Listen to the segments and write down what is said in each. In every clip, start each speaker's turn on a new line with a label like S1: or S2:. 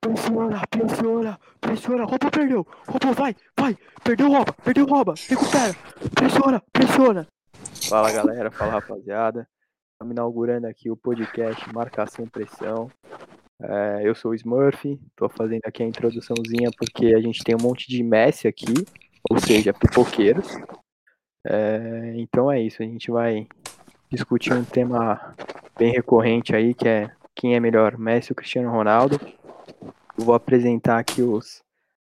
S1: Pressiona, pressiona, pressiona. Roupa perdeu. Roupa vai, vai. Perdeu roupa, perdeu roupa. Recupera. Pressiona, pressiona. Fala galera, fala rapaziada. Estamos inaugurando aqui o podcast Marcação e Pressão. É, eu sou o Smurf, tô fazendo aqui a introduçãozinha porque a gente tem um monte de Messi aqui, ou seja, pipoqueiros. É, então é isso, a gente vai discutir um tema bem recorrente aí, que é quem é melhor, Messi ou Cristiano Ronaldo. Eu vou apresentar aqui os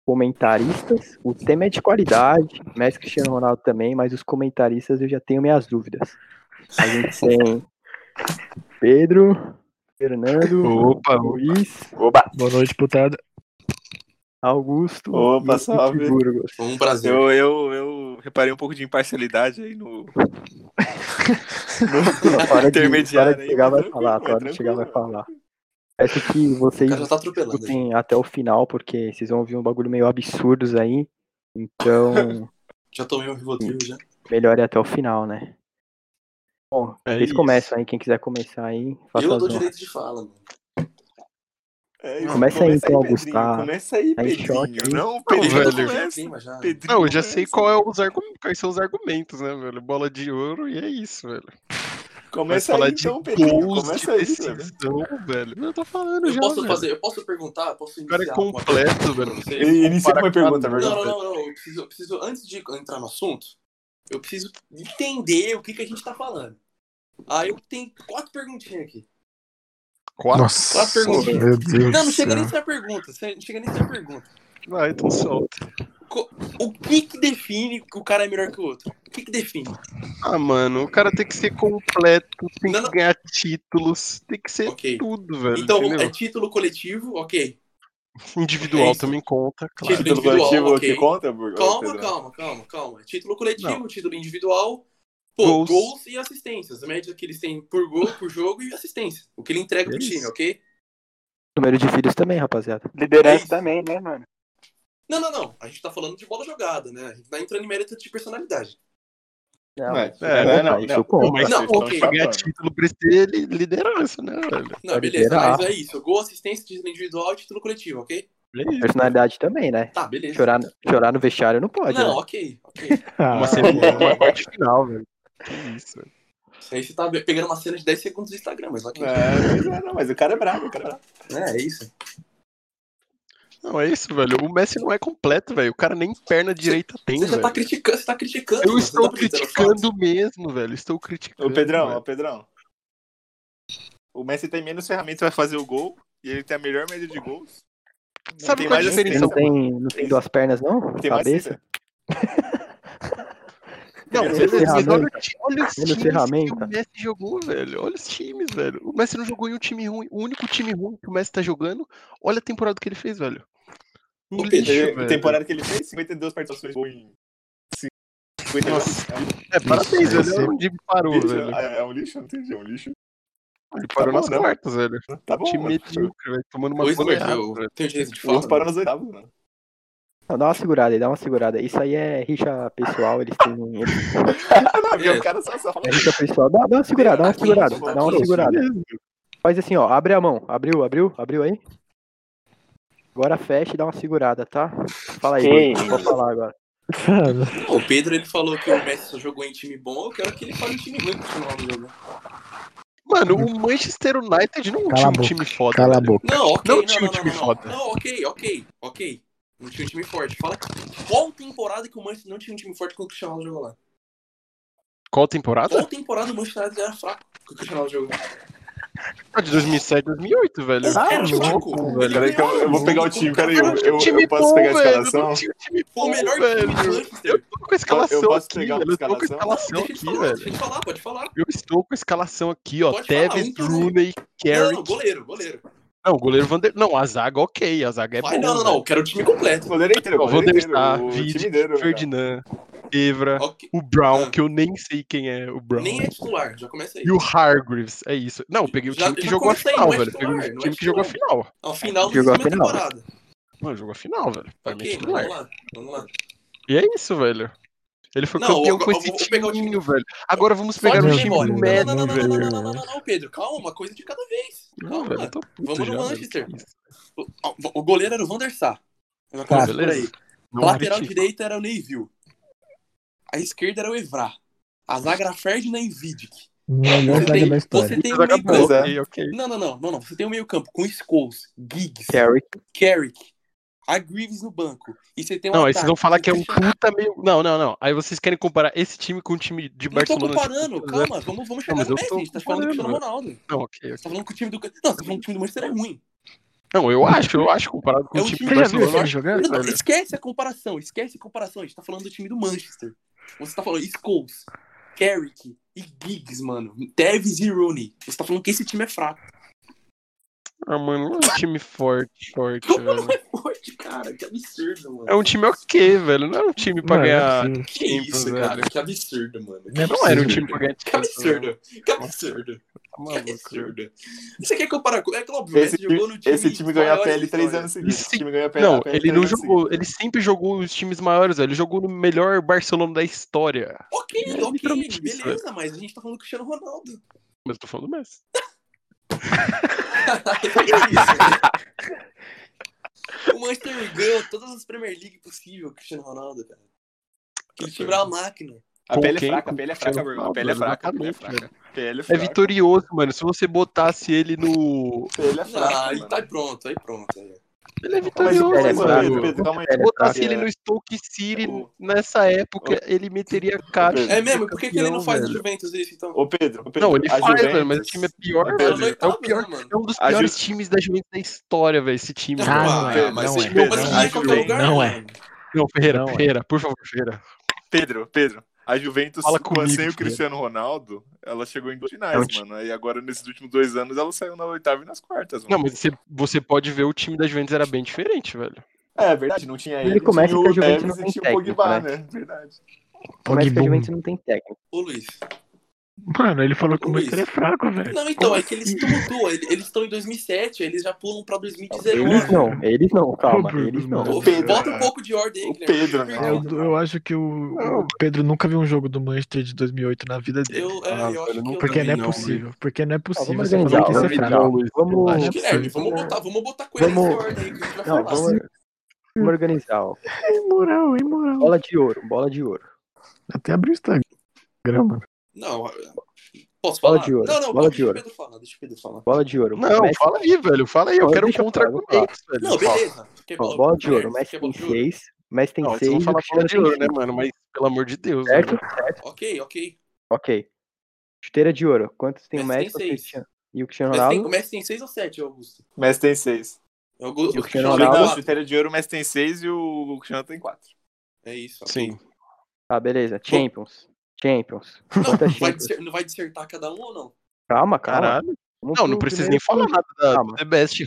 S1: comentaristas. O tema é de qualidade, Messi Cristiano Ronaldo também, mas os comentaristas eu já tenho minhas dúvidas. A gente tem Pedro, Fernando,
S2: Opa,
S1: Luiz,
S3: Oba!
S2: boa noite, putada.
S1: Augusto
S3: Opa,
S1: e
S3: salve.
S1: Burgos.
S4: Um prazer.
S3: Eu, eu, eu reparei um pouco de imparcialidade aí no.
S1: Para de,
S3: Intermediário
S1: para de
S3: aí,
S1: chegar
S3: mas
S1: vai falar,
S3: tranquilo,
S1: para de chegar vai
S3: tranquilo.
S1: falar. Parece que
S4: O
S1: vocês
S4: cara já tá
S5: tipo,
S4: atropelando. gente.
S1: escutem até o final, porque vocês vão ouvir um bagulho meio absurdos aí. Então,
S4: Já tomei um Rivotril já.
S1: melhor ir até o final, né? Bom,
S2: É
S1: vocês
S2: isso.
S1: começam aí, quem quiser começar aí, faça
S4: eu
S1: as
S4: dou
S1: honras.
S4: direito de fala, mano.
S3: É
S1: Começa aí, então,
S3: Pedrinho,
S1: Augustar.
S3: Começa aí,
S1: Tá em choque aí.
S3: Pedrinho. Não, Pedrinho,
S2: velho.
S3: começa.
S4: Queima já.
S3: Pedrinho,
S2: Não, eu já
S3: começa.
S2: sei qual é
S4: assim.
S2: os argu- quais são os argumentos, né, velho? Bola de ouro e é isso, velho.
S3: Começa
S2: é. falar
S3: aí,
S2: de
S3: então, Pedrinho.
S2: gols,
S3: Começa
S2: de
S3: aí, velho.
S2: decisão, velho. Eu tô falando
S4: Eu
S2: já,
S4: posso
S2: velho.
S4: fazer, eu posso perguntar, posso
S2: O cara é
S4: iniciar alguma coisa?
S2: completo, velho.
S4: Você-
S3: E- Inicia com uma pergunta,
S4: Não,
S3: verdade.
S4: não, não, não. Eu preciso, eu preciso, antes de entrar no assunto, eu preciso entender o que, que a gente tá falando. Aí eu tenho quatro perguntinhas aqui.
S2: Quatro.
S5: Nossa,
S4: Quatro perguntinhas.
S5: meu Deus
S4: Não,
S5: do
S4: não chega nem
S5: céu.
S4: a ser a pergunta. você- Não chega nem a ser a pergunta.
S2: Vai, então solta.
S4: O que que define que o cara é melhor que o outro? O que que define?
S2: Ah, mano, o cara tem que ser completo, tem
S4: Não,
S2: que
S4: não.
S2: ganhar títulos, tem que ser
S4: Ok.
S2: tudo, velho.
S4: Então, é
S2: entendeu?
S4: título coletivo, ok. é
S2: Individual
S4: isso.
S2: também conta, claro.
S4: Título
S3: Título
S4: individual,
S3: coletivo
S4: ok.
S3: que conta, Burgo?
S4: Calma,
S3: Pedro?
S4: calma, calma, calma. É Título coletivo, título individual, pô,
S2: Gols.
S4: gols. e assistências. A média que eles têm por gol, por jogo e assistência. O que ele entrega pro
S2: Isso.
S4: time, ok? É
S1: Número de filhos também, rapaziada.
S6: Liderança
S4: Isso.
S6: também, né, mano?
S4: Não, não, não. A gente tá falando de bola jogada, né? A gente tá entrando em mérito de personalidade.
S1: Não,
S3: Mas-
S1: isso
S3: é,
S1: conta,
S3: não, não,
S1: isso
S3: não.
S1: conta.
S2: Mas
S4: Não,
S3: vocês estão
S4: ok.
S2: Pra ganhar
S3: chapando.
S2: título precisa ter li- liderança, né, velho?
S4: Não,
S1: Pode
S4: beleza,
S1: liberar.
S4: mas é isso. Gol, assistência, título individual e título coletivo, ok?
S2: É isso.
S1: Personalidade também, né?
S4: Tá, beleza.
S1: Chorar, chorar no vestiário não pode,
S4: Não,
S1: né?
S4: ok, ok.
S5: Ah.
S2: Uma semifinal, uma quarta de final, velho. Que isso, velho.
S4: Aí você tá pegando uma cena de 10 segundos do Instagram, mas ok.
S3: É, pois é, não, mas o cara é brabo, o cara é brabo.
S4: É, é isso.
S2: Não, é isso, velho. O Messi não é completo, velho. O cara nem perna direita tem,
S4: Você já
S2: velho.
S4: tá criticando, você tá criticando.
S2: Eu
S4: mas você
S2: estou
S4: tá apresentando fatos.
S2: criticando mesmo, velho. Estou criticando.
S3: Ô, Pedrão,
S2: velho.
S3: ô, Pedrão. O Messi tem menos ferramentas pra fazer o gol e ele tem a melhor média de gols. Não
S2: Sabe
S3: tem
S2: qual é a
S3: mais
S2: diferença?
S1: Ele não tem, não tem duas pernas, não?
S3: Tem mais
S1: Cabeça?
S2: Não,
S3: Menos
S2: beleza, mas olha,
S1: ferramenta.
S2: o ti- olha os
S1: Menos
S2: times que
S1: ferramenta.
S2: o Messi jogou, velho. Olha os times, velho. O Messi não jogou em um time ruim. O único time ruim que o Messi tá jogando, olha a temporada que ele fez, velho. Um
S4: Ô, Pedro,
S2: lixo,
S3: Ele-
S2: velho.
S3: temporada que ele fez, 52 participações de gol em 50
S2: Nossa.
S3: É um lixo,
S2: É, parabéns,
S5: Nossa,
S2: velho. Onde ele parou, velho.
S4: ah,
S3: É, é um lixo, não entendi, é um lixo.
S2: Ele
S4: tá
S2: parou
S3: bom,
S2: nas
S3: né?
S2: quartas, velho. É um
S3: Tá bom,
S2: time
S3: mano.
S2: medíocre, velho. Tomando uma
S4: Ô, Smurf,
S2: goleada,
S4: eu
S2: velho.
S4: tenho direito de
S3: O
S4: falar.
S3: Luz parou nas
S2: Tá
S3: oitavas, mano.
S1: Não, dá uma segurada aí, dá uma segurada. Isso aí é rixa pessoal, eles têm. um, eles-
S3: Ah, não, porque
S4: É.
S3: o cara só, só fala.
S1: É rixa pessoal. Dá, dá uma segurada, dá uma
S4: Aqui,
S1: segurada,
S4: tá
S1: dá uma
S4: aqui.
S1: segurada. Faz assim, ó, abre a mão. Abriu, abriu, abriu aí. Agora fecha e dá uma segurada, tá? Fala aí,
S6: Ei.
S1: Bruno, pode falar agora.
S4: O Pedro ele falou que o Messi só jogou em time bom, eu quero que ele fale em time ruim pro final do jogo.
S2: Mano, o Manchester United não
S5: Cala
S2: tinha
S5: a
S2: um
S5: boca,
S2: time foda.
S5: Cala a
S2: velho.
S5: boca.
S4: Não, ok,
S2: Não
S4: não,
S2: tinha um
S4: não,
S2: time
S4: não,
S2: foda.
S4: Não, Não, ok, ok, ok. Não tinha um time forte. Fala qual temporada que o Manchester não tinha um time forte quando o Cristiano Ronaldo jogou lá?
S2: Qual temporada?
S4: Qual temporada o Manchester United era fraco que o Cristiano Ronaldo jogou?
S2: Ah, De 2007, 2008, velho.
S5: Tá
S4: era tipo,
S5: louco, velho.
S3: Peraí, que eu, eu vou pegar o time, peraí. Eu, eu,
S4: um
S3: eu posso
S2: Tá bom,
S3: pegar a
S2: velho,
S3: escalação?
S2: Não tinha um time
S4: Foi o
S2: bom,
S4: melhor
S2: velho.
S4: time do
S2: Eu
S4: Manchester.
S2: tô com a escalação
S3: posso
S2: aqui,
S3: pegar
S2: velho. Eu tô com a
S3: escalação?
S4: Deixa
S2: escalação
S4: ele
S2: aqui,
S4: falar, deixa
S2: velho.
S4: ele falar, pode falar.
S2: Eu estou com a escalação aqui, ó.
S4: Pode falar,
S2: Tevez,
S4: um por um.
S2: Rooney,
S4: Não,
S2: Carrick.
S4: não, goleiro, goleiro.
S2: Não, o goleiro Vander. Não, a zaga, ok. A zaga é
S4: Vai,
S2: boa.
S4: não, não, não, eu quero o time completo.
S3: O goleiro é inteiro,
S2: Ó,
S3: o goleiro
S2: Vander
S3: inteiro.
S2: Sar,
S3: O time
S2: Vidi,
S3: inteiro. cara.
S2: Ferdinand, Evra,
S4: Ok,
S2: o Brown,
S4: Ah.
S2: que eu nem sei quem é o Brown.
S4: Nem é titular, já começa aí.
S2: E o Hargreaves, é isso. Não, eu peguei o
S4: Já-
S2: time que
S4: já
S2: jogou a
S4: comecei,
S2: final,
S4: não é
S2: velho.
S4: titular,
S2: peguei o
S4: não é
S2: time que jogou a final.
S4: Ao final
S1: Jogou a
S4: da
S1: final.
S4: temporada.
S2: Mano, jogou a final, velho. Pra mim é
S4: Ok,
S2: titular.
S4: vamos lá, vamos lá.
S2: E é isso, velho. Ele foi
S4: Não,
S2: campeão
S4: eu-
S2: com
S4: eu
S2: esse
S4: vou pegar o time
S2: time, velho. Agora vamos pegar
S5: de
S2: o
S4: Forte
S2: time
S4: memória. né?
S2: do
S5: Não,
S2: Messi,
S4: não, não, não, não, não, não,
S2: velho.
S4: não, não, não, não, Pedro, calma, uma coisa de cada vez.
S2: Não,
S4: Calma.
S2: velho, eu tô puto
S4: Vamos no
S2: já, velho.
S4: Manchester.
S2: Que isso.
S4: ó, o goleiro era o Van der Sar. Eu
S5: Tá,
S4: começo por aí.
S2: beleza. Não é tipo-
S4: Lateral
S2: critico.
S4: direito era o Neivil. A esquerda era o Evra. A zaga era Ferdinand e Vidic.
S5: Melhor
S4: Você
S5: zaga
S4: tem,
S5: da história.
S4: você tem um
S2: Joga
S4: meio
S2: bola,
S4: campo.
S5: é.
S2: ok, ok.
S4: Não, não, não, não, não. Você tem um meio campo com Scholes, Giggs,
S1: Carrick.
S4: Carrick, a Greaves no banco. E você tem um
S2: Não, aí
S4: ataque
S2: vocês vão falar
S4: com
S2: que é um
S4: Cristiano-
S2: puta meio. Não, não, não. Aí vocês querem comparar esse time com o time de
S4: Não tô
S2: Barcelona. de
S4: comparando,
S2: 2000.
S4: calma, vamos, vamos chegar
S2: mas
S4: no
S2: eu
S4: Messi,
S2: tô
S4: a gente tá falando do Cristiano
S2: comparando,
S4: Ronaldo. Você
S2: Não, ok, ok.
S4: tá falando que o time do... Não, você tá falando que o time do Manchester é ruim.
S2: Não, eu acho, eu acho comparado com
S4: É
S2: o
S4: um
S2: time
S4: time-
S2: de
S4: Você já
S5: viu esse
S2: Barcelona.
S5: time jogando?
S4: Não, esquece a comparação, esquece a comparação. A gente tá falando do time do Manchester. Você tá falando Scholes, Carrick e Giggs, mano. Tevez e Rooney. Você tá falando que esse time é fraco.
S2: Ah, mano, não é um time forte, forte,
S4: Como não
S2: velho.
S4: é forte, cara? Que absurdo, mano.
S2: Hum. É um time ok, velho. Não era um time pra
S5: Mano, não é
S2: ganhar.
S5: possível.
S4: Que isso,
S2: Simples,
S4: cara? Que absurdo, mano.
S5: Não é
S2: Não era um
S5: possível.
S2: time pra ganhar.
S4: Que absurdo.
S2: Tá
S4: Que absurdo. Que absurdo. Você quer comparar com... É que, óbvio, o
S3: Esse
S4: Messi
S3: time-
S4: jogou no time...
S3: Esse time ganhou a
S4: maior da
S3: PL três
S4: história.
S3: anos seguidos.
S2: Sim.
S3: Esse time ganhou a PL
S2: Não,
S3: três
S2: ele não
S3: anos seguidos.
S2: jogou. Ele sempre jogou os times maiores, velho. Ele jogou no melhor Barcelona da história.
S4: Ok,
S2: É
S4: ok,
S2: literalmente isso,
S4: beleza, mas a gente tá falando do Cristiano Ronaldo.
S2: Mas eu tô falando do Messi.
S4: o Manchester ganhou todas as Premier League possível, Cristiano Ronaldo, cara. Aquele time era uma máquina.
S3: A PL é
S2: quem?
S3: fraca, a PL é fraca, Bruno. A PL é fraca, a PL é
S2: Exatamente,
S3: fraca. A PL é
S2: É
S3: fraca.
S2: vitorioso, mano. Se você botasse ele no.
S3: A PL é fraca,
S4: Ah, aí
S3: mano.
S4: tá pronto, aí pronto. aí.
S2: Ele é
S3: Mas o
S2: vitorioso,
S3: Pedro,
S2: mano.
S3: Pedro, Pedro, calma aí.
S2: Se botasse
S3: fraco.
S2: ele no Stoke City
S3: é O-
S2: nessa época, ele meteria a cara.
S4: É mesmo? Por que, que ele não faz
S2: Campeão,
S4: no Juventus isso, então?
S3: Ô, Pedro, ô, Pedro,
S2: Não, ele
S3: a
S2: faz, velho, mas o
S3: Juventus-
S2: time é pior,
S3: Pedro,
S2: velho. É o pior.
S4: né, mano?
S2: É um dos
S3: A Ju-
S2: piores times da Juventus da história, velho. Esse time.
S5: Ah,
S2: velho.
S5: não é, não
S4: você-
S5: é,
S4: mas
S3: não
S4: você
S3: é.
S4: em qualquer lugar, né?
S5: Não
S4: mano.
S2: Não, Ferreira,
S5: Não, é.
S2: Ferreira, por favor, Ferreira.
S3: Pedro, Pedro, a Juventus
S2: Fala
S3: com-
S2: comigo,
S3: sem o
S2: Pedro.
S3: Cristiano Ronaldo, ela chegou em
S2: É um
S3: finais,
S2: ti-
S3: mano. E agora, nesses últimos dois anos, ela saiu na oitava e nas quartas,
S2: Não,
S3: mano.
S2: mas você, você pode ver o time da Juventus era bem diferente, velho.
S3: É verdade, não tinha ele.
S1: Ele começa
S3: tinha
S1: que a
S3: o
S1: Juventus
S3: Tevez
S1: não
S3: e
S1: tem
S3: tinha o Pogba,
S1: técnico,
S3: né? Verdade.
S1: Como é que a
S5: Pogba.
S1: Juventus não tem técnico?
S4: Ô, Luiz.
S5: Mano, ele falou que o
S4: Luiz.
S5: Manchester é fraco, velho.
S4: Não, então, é que eles tumultuam. ele- Eles estão em 2007, eles já pulam pra 2019.
S1: Eles não, eles não, calma, eles não.
S4: Pô,
S3: Pedro,
S4: Bota um
S3: cara.
S4: pouco de ordem aí,
S3: O
S4: Guilherme.
S3: Pedro, né?
S5: Eu, eu acho que o, o Pedro nunca viu um jogo do Manchester de 2008 na vida dele.
S4: Eu, é, eu acho que eu
S5: Porque não é
S4: também né?
S5: possível. Porque não é possível
S1: vamos
S5: você falar
S1: organizar,
S5: que
S1: vamos
S5: isso é
S1: organizar.
S5: fraco.
S1: Vamos,
S5: Acho que-
S4: Guilherme, é, vamos
S1: Vamos-
S4: botar, vamos botar coerência
S1: vamos-
S4: em ordem aí que a gente vai
S1: não,
S4: falar. assim.
S1: vamos, vamos organizar, ó.
S5: É imoral, é imoral.
S1: Bola de ouro, bola de ouro.
S5: Até abriu o Instagram, mano.
S4: Não, posso
S1: Bola
S4: falar?
S1: de ouro,
S4: Não, não,
S1: bola
S4: deixa
S1: de
S4: o
S1: ouro.
S4: Pedro falar, deixa o Pedro falar.
S1: Bola de ouro.
S2: Não,
S1: Messi-
S2: fala aí, velho. Fala aí, eu
S1: Não,
S2: quero um
S1: deixa eu
S2: contra
S1: falar, vou falar.
S2: argumentos, velho.
S4: Não, beleza. Quer
S1: ó, bola de ouro. O
S4: Guilherme,
S2: é
S1: Messi tem
S4: quer bola de ouro?
S1: 6, Messi tem
S2: Não, vocês
S1: 6
S2: vão
S1: o
S2: falar bola
S1: Cristiano
S2: de ouro, né,
S1: tem 5,
S2: mano? Mas, pelo amor de Deus,
S1: certo?
S2: velho.
S4: Ok, ok.
S1: Ok. Chuteira de ouro. Quantos tem o
S4: Messi tem
S1: Messi o
S4: seis.
S1: Cristiano- e o Cristiano
S4: Mas tem, é
S1: Ronaldo?
S4: o Messi tem 6 ou 7, Augusto?
S3: Messi tem seis.
S4: É o Augusto-
S1: E o
S4: o
S1: Cristiano
S4: Cristiano
S1: Ronaldo?
S3: Não,
S4: Ronaldo.
S3: chuteira de ouro, o Messi tem seis e o Cristiano tem quatro.
S4: É isso. ok.
S2: Sim.
S1: Ah, beleza. Champions. Champions. Conta
S4: Não, vai,
S1: Champions.
S4: disser- não vai dissertar cada um ou não?
S1: Calma, assim calma.
S2: Caralho. Não, não precisa nem falar nada da,
S1: Calma.
S2: do The Best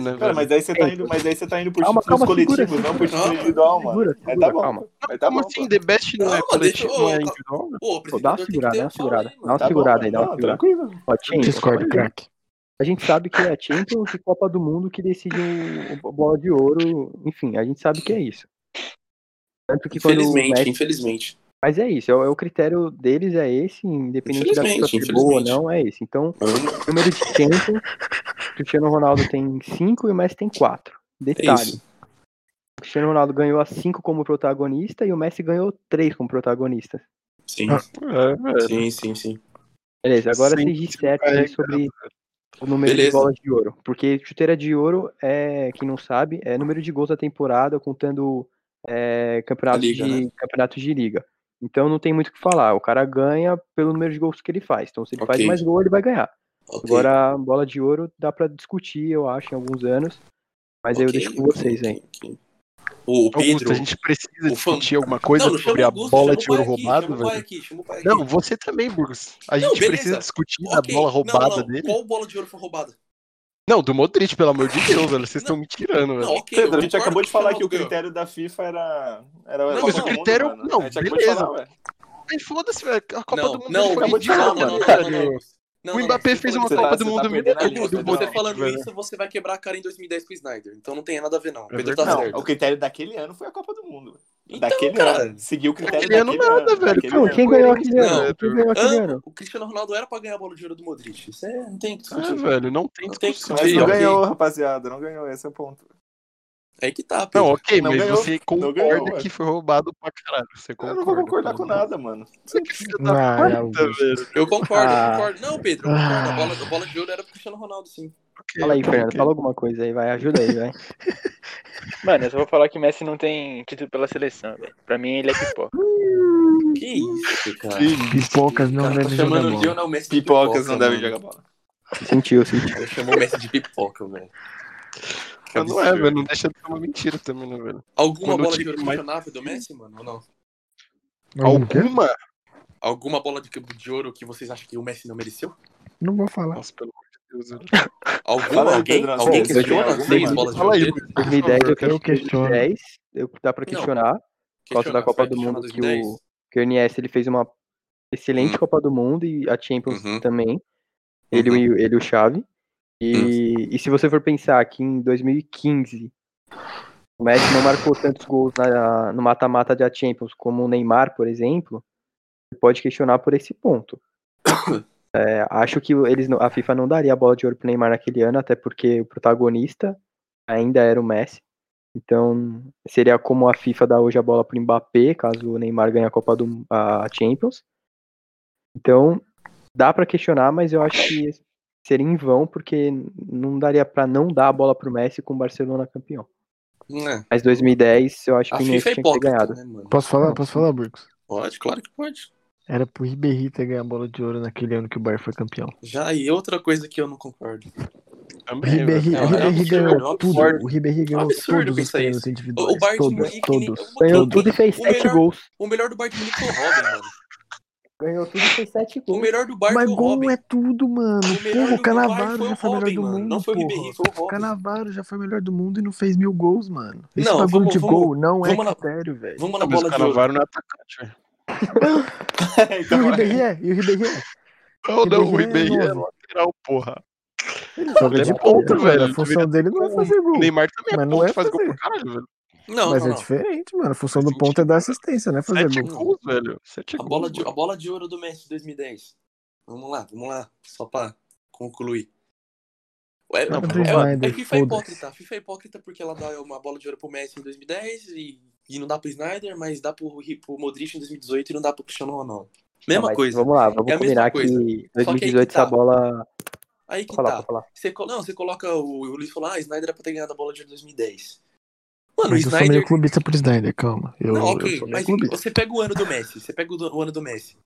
S4: Não,
S3: Cara,
S2: né, velho?
S3: mas aí você tá
S1: Ei.
S3: indo, mas aí você tá indo por
S1: Calma,
S3: títulos
S1: calma, segura,
S3: coletivos, não por
S4: segura.
S3: título individual, mano.
S1: Segura,
S3: Mas tá
S1: segura,
S3: bom.
S1: calma.
S3: Mas tá
S2: Como
S3: bom.
S2: assim? The Best não, é
S4: Não, deixa-
S2: coletivo, não é
S4: ô, tá-
S2: individual? né?
S4: Pô, o
S1: Pô, dá uma
S4: apresentador tem que
S1: segurada,
S4: ter
S1: dá uma
S4: fala
S1: segurada.
S4: aí,
S1: Dá
S4: mano.
S1: uma
S3: Tá bom,
S1: segurada aí, dá uma
S3: não,
S1: segurada.
S3: tranquilo.
S1: Ó, Champions.
S5: Discordo,
S4: Tá.
S5: craque.
S1: A gente sabe que é a Champions e Copa do Mundo que decidem o- a bola de ouro. Enfim, a gente sabe que é isso. Tanto que quando o
S4: Infelizmente,
S1: Messi-
S4: infelizmente.
S1: Mas é isso, é o, é o critério deles é esse, independente da
S4: Infelizmente,
S1: pessoa ser boa ou
S4: infelizmente.
S1: não, é esse. Então,
S4: É
S1: número de Champions, Cristiano Ronaldo tem 5 e o Messi tem 4.
S4: É
S1: Detalhe.
S4: isso.
S1: o Cristiano Ronaldo ganhou as 5 como protagonista e o Messi ganhou 3 como protagonista.
S4: Sim,
S2: É, velho.
S4: sim, sim, sim.
S1: Beleza, agora
S2: Sim, né?
S1: vocês dissertam aí
S2: carregando.
S1: sobre o número
S4: Beleza.
S1: de bolas de ouro. Porque chuteira de ouro, é, quem não sabe, é número de gols da temporada, contando é, campeonato,
S4: A liga, né?
S1: de, campeonato de liga. Então não tem muito o que falar. O cara ganha pelo número de gols que ele faz. Então se ele faz
S4: Ok.
S1: mais gol, ele vai ganhar.
S4: Ok.
S1: Agora, bola de ouro dá pra discutir, eu acho, em alguns anos. Mas aí eu
S4: Ok,
S1: deixo com vocês,
S4: ok,
S1: hein?
S4: ok. O Pedro.
S2: Augusto, a gente precisa
S4: o fã-
S2: discutir alguma coisa
S4: não,
S2: sobre a bola de ouro roubado,
S4: velho.
S2: velho?
S4: Aqui, chama o pai aqui.
S2: Não, você também, Burgos. A
S4: Não,
S2: gente
S4: beleza.
S2: precisa discutir a
S4: Ok,
S2: bola
S4: não,
S2: roubada
S4: não,
S2: dele.
S4: Qual bola de ouro foi roubada?
S2: Não, do Modric, pelo amor de Deus, velho. Vocês estão me tirando, velho.
S4: Não, ok.
S3: Pedro,
S4: eu
S3: a gente
S4: concordo
S3: acabou de falar
S4: Cristiano
S3: que o
S4: ganhou.
S3: critério da FIFA era. era
S4: Não,
S3: a
S4: mas
S3: Copa
S4: o
S3: do Mundo,
S2: critério-
S3: mano.
S2: não,
S3: A gente acabou
S2: beleza.
S3: de falar, ué.
S2: Ai, foda-se, velho. A Copa
S4: não,
S2: do Mundo
S4: não,
S2: foi
S3: acabou de falar,
S2: idiota,
S4: não,
S3: mano.
S4: não,
S2: velho.
S4: não, não, não. Não,
S2: O
S4: não,
S2: Mbappé
S4: você
S2: fez
S4: falou
S2: uma
S3: você
S4: que
S3: tá-
S2: Copa do
S3: você tá
S2: Mundo
S3: perdendo a
S2: melhor
S3: linha,
S2: do
S4: Augusto,
S3: Pedro,
S4: você
S3: não.
S2: Modric,
S4: falando
S2: velho.
S4: isso, você vai quebrar a cara em 2010 com o Snyder. Então não tem nada a ver, não.
S2: É
S4: Pedro tá
S2: verdade.
S3: Não,
S4: certo.
S3: o critério daquele ano foi a Copa do Mundo.
S4: Então,
S3: daquele
S4: cara,
S3: ano. Seguiu o critério
S2: Daquele ano
S3: daquele ano.
S2: nada, velho.
S3: daquele
S1: Não,
S3: ano.
S4: é
S1: quem ganhou aquele ano?
S2: Não.
S1: Quem ganhou aquele
S4: ano,
S1: ano?
S4: o Cristiano Ronaldo era pra ganhar a bola de ouro do Modric. Isso é, não tem o que
S2: É,
S4: discutir.
S2: velho, não tem
S4: Não tem
S2: discussão.
S4: que
S3: Mas
S4: Sim,
S3: não
S4: ok.
S3: ganhou, rapaziada. Não ganhou, esse é o ponto.
S4: Aí que tá,
S2: Não,
S4: Pedro.
S2: ok,
S3: Não
S2: mas
S3: ganhou,
S2: você
S3: não
S2: concorda
S3: ganhou,
S2: que
S3: ué.
S2: foi roubado pra caralho. Você concorda,
S3: eu não vou concordar com
S2: pelo
S3: nada, mano.
S2: menos. Que filho da
S5: Ah, é
S2: puta,
S5: Augusto.
S2: velho.
S4: Eu concordo,
S5: Ah.
S4: eu concordo. Não, Pedro, eu concordo. A bola, a bola de ouro era pro Cristiano Ronaldo, sim.
S2: Ok,
S1: Fala aí,
S2: ok,
S1: Fernando.
S2: ok.
S1: Fala alguma coisa aí, vai. Ajuda aí, vai.
S6: Mano, eu só vou falar que o Messi não tem título pela seleção, velho. Pra mim ele é pipoca.
S4: Que isso, cara.
S5: Pipocas não
S4: cara tá
S5: devem jogar
S4: chamando o
S5: bola.
S4: Lionel Messi de
S3: Pipocas não
S4: pipoca,
S3: devem
S4: mano.
S3: jogar bola.
S1: Sentiu, sentiu.
S4: Ele chamou o Messi de pipoca, velho.
S2: Mas Não é, velho. Não deixa de ser uma mentira também, né, velho?
S4: Alguma
S2: Quando o
S4: bola de
S2: time
S4: ouro
S2: mais-
S4: questionável do Messi, mano? Ou não?
S5: Algum quê?
S2: Alguma?
S4: Alguma bola de, de ouro que vocês acham que o Messi não mereceu?
S5: Não vou falar.
S2: Nossa, pelo amor de Deus, velho.
S4: Alguma?
S3: Fala aí,
S4: alguém?
S3: Pedro,
S4: alguém
S3: eu tenho
S4: questiona as
S3: alguma,
S4: seis
S3: mano.
S4: bolas de
S2: Fala
S4: ouro
S2: aí,
S4: dele?
S2: mano.
S1: 2010 eu
S5: Eu questiono.
S1: 2010, eu, dá pra
S4: Não.
S1: questionar. Por causa da
S4: Questiona,
S1: Copa
S4: vai
S1: do
S4: questionar
S1: Mundo que o-
S4: 2010?
S1: que o NS ele fez uma excelente
S6: Uhum.
S4: Hum.
S1: Copa do Mundo e a Champions
S4: Uhum.
S1: também. Ele,
S4: Uhum.
S1: e o- ele e o Xavi. E, e se você for pensar que em 2015 o Messi não marcou tantos gols na- no mata-mata da Champions como o Neymar, por exemplo, você pode questionar por esse ponto. É, acho que eles não- a FIFA não daria a bola de ouro pro Neymar naquele ano, até porque o protagonista ainda era o Messi. Então, seria como a FIFA dá hoje a bola pro Mbappé, caso o Neymar ganhe a Copa do a Champions. Então, dá pra questionar, mas eu acho que seria em vão, porque não daria pra não dar a bola pro Messi com o Barcelona campeão.
S4: É.
S1: Mas 2010, eu acho
S4: A
S1: que o Messi
S4: FIFA é
S1: tinha que ter
S4: hipócrita,
S1: ganhado.
S4: né, mano?
S5: Posso falar? Posso falar, Burgos?
S4: Pode, claro que pode.
S5: Era pro Ribéry ter ganho a bola de ouro naquele ano que o Bayern foi campeão.
S4: Já, e outra coisa que eu não concordo.
S2: Também,
S5: Ribéry,
S2: velho.
S4: é um
S5: Ribéry
S4: absurdo, é um
S5: ganhou tudo.
S4: absurdo.
S5: O Ribéry ganhou
S4: absurdo
S5: todos os
S4: pensar
S5: treinos
S4: isso.
S5: individuais.
S4: O, o Bayern de
S5: todos,
S4: Munique nem-
S5: todos.
S4: o-
S1: Ganhou
S4: o-
S1: tudo e fez
S4: o
S1: 7
S4: melhor-
S1: gols.
S4: O melhor do Bayern de Munique foi o Robin, mano.
S1: Ganhou tudo e fez 7
S4: O
S1: gols.
S4: melhor do Bayern
S5: Mas
S4: foi o
S5: gol
S4: Robin.
S5: é tudo, mano.
S4: O melhor
S5: Porra,
S4: do
S5: o Canavaro
S4: Bayern
S5: já
S4: foi
S5: foi
S4: o
S5: melhor
S4: Robin,
S5: do
S4: mano.
S5: mundo.
S4: Não foi o Ribéry,
S5: porra.
S4: foi o Robin.
S5: Canavaro já foi melhor do mundo e não fez mil gols, mano. Esse
S4: Não,
S5: bagulho
S4: vamos-
S5: de
S4: vamos-
S5: gol não é
S4: vamos na-
S5: critério, velho.
S4: Vamos na
S2: Mas
S4: bola
S2: o
S4: de ouro.
S2: Canavaro não é atacante, velho.
S5: E o
S3: Então,
S5: Ribéry é? E o Ribéry é?
S2: Não, não, o
S5: Ribéry é
S2: Ribéry é
S5: nove.
S2: lateral, porra.
S5: Ele
S2: Ele
S5: joga
S2: é
S5: de
S2: ponta,
S5: ponta,
S2: velho.
S5: velho.
S2: Ele
S5: A função dele não é fazer
S2: O
S5: gol.
S2: Neymar também
S5: Mas
S2: é
S5: não
S2: ponta,
S5: é
S2: faz gol
S5: fazer.
S2: pra caralho, velho.
S4: Não,
S5: Mas
S4: não,
S5: é
S4: não.
S5: diferente, mano. A função do
S2: Sete
S5: ponto é dar assistência, né? Fazer
S4: tipo,
S2: Sete
S5: gol.
S2: gols, velho. Sete
S4: A
S2: gols.
S4: bola, de,
S2: mano.
S4: a bola de ouro do Messi de 2010. Vamos lá, vamos lá. Só pra concluir. É,
S2: Não,
S4: é-
S2: mas-
S4: é,
S5: Snyder,
S4: a FIFA é
S5: foda-se.
S4: hipócrita. A FIFA é hipócrita porque ela dá uma bola de ouro pro Messi em 2010 e, e não dá pro Snyder, mas dá pro, Ri- pro Modric em 2018 e não dá pro Cristiano Ronaldo.
S1: Não,
S4: Mesma
S1: mas
S4: coisa.
S1: Vamos lá, vamos
S4: É a mesma
S1: combinar que
S4: coisa.
S1: em
S4: que aí que
S1: 2018 essa
S4: tá.
S1: bola.
S4: Aí que
S1: Vou falar,
S4: tá.
S1: vou falar.
S4: Você, col- não, você coloca o, o Luiz falou, ah, Snyder é pra ter ganhado a bola de ouro em 2010. Mano,
S5: Mas
S4: o
S5: eu sou
S4: Snyder.
S5: meio clubista pro Snyder, calma. Eu,
S4: não,
S5: eu
S4: ok,
S5: sou meio
S4: mas
S5: clubista.
S4: você pega o ano do Messi, você pega o, do- o ano do Messi.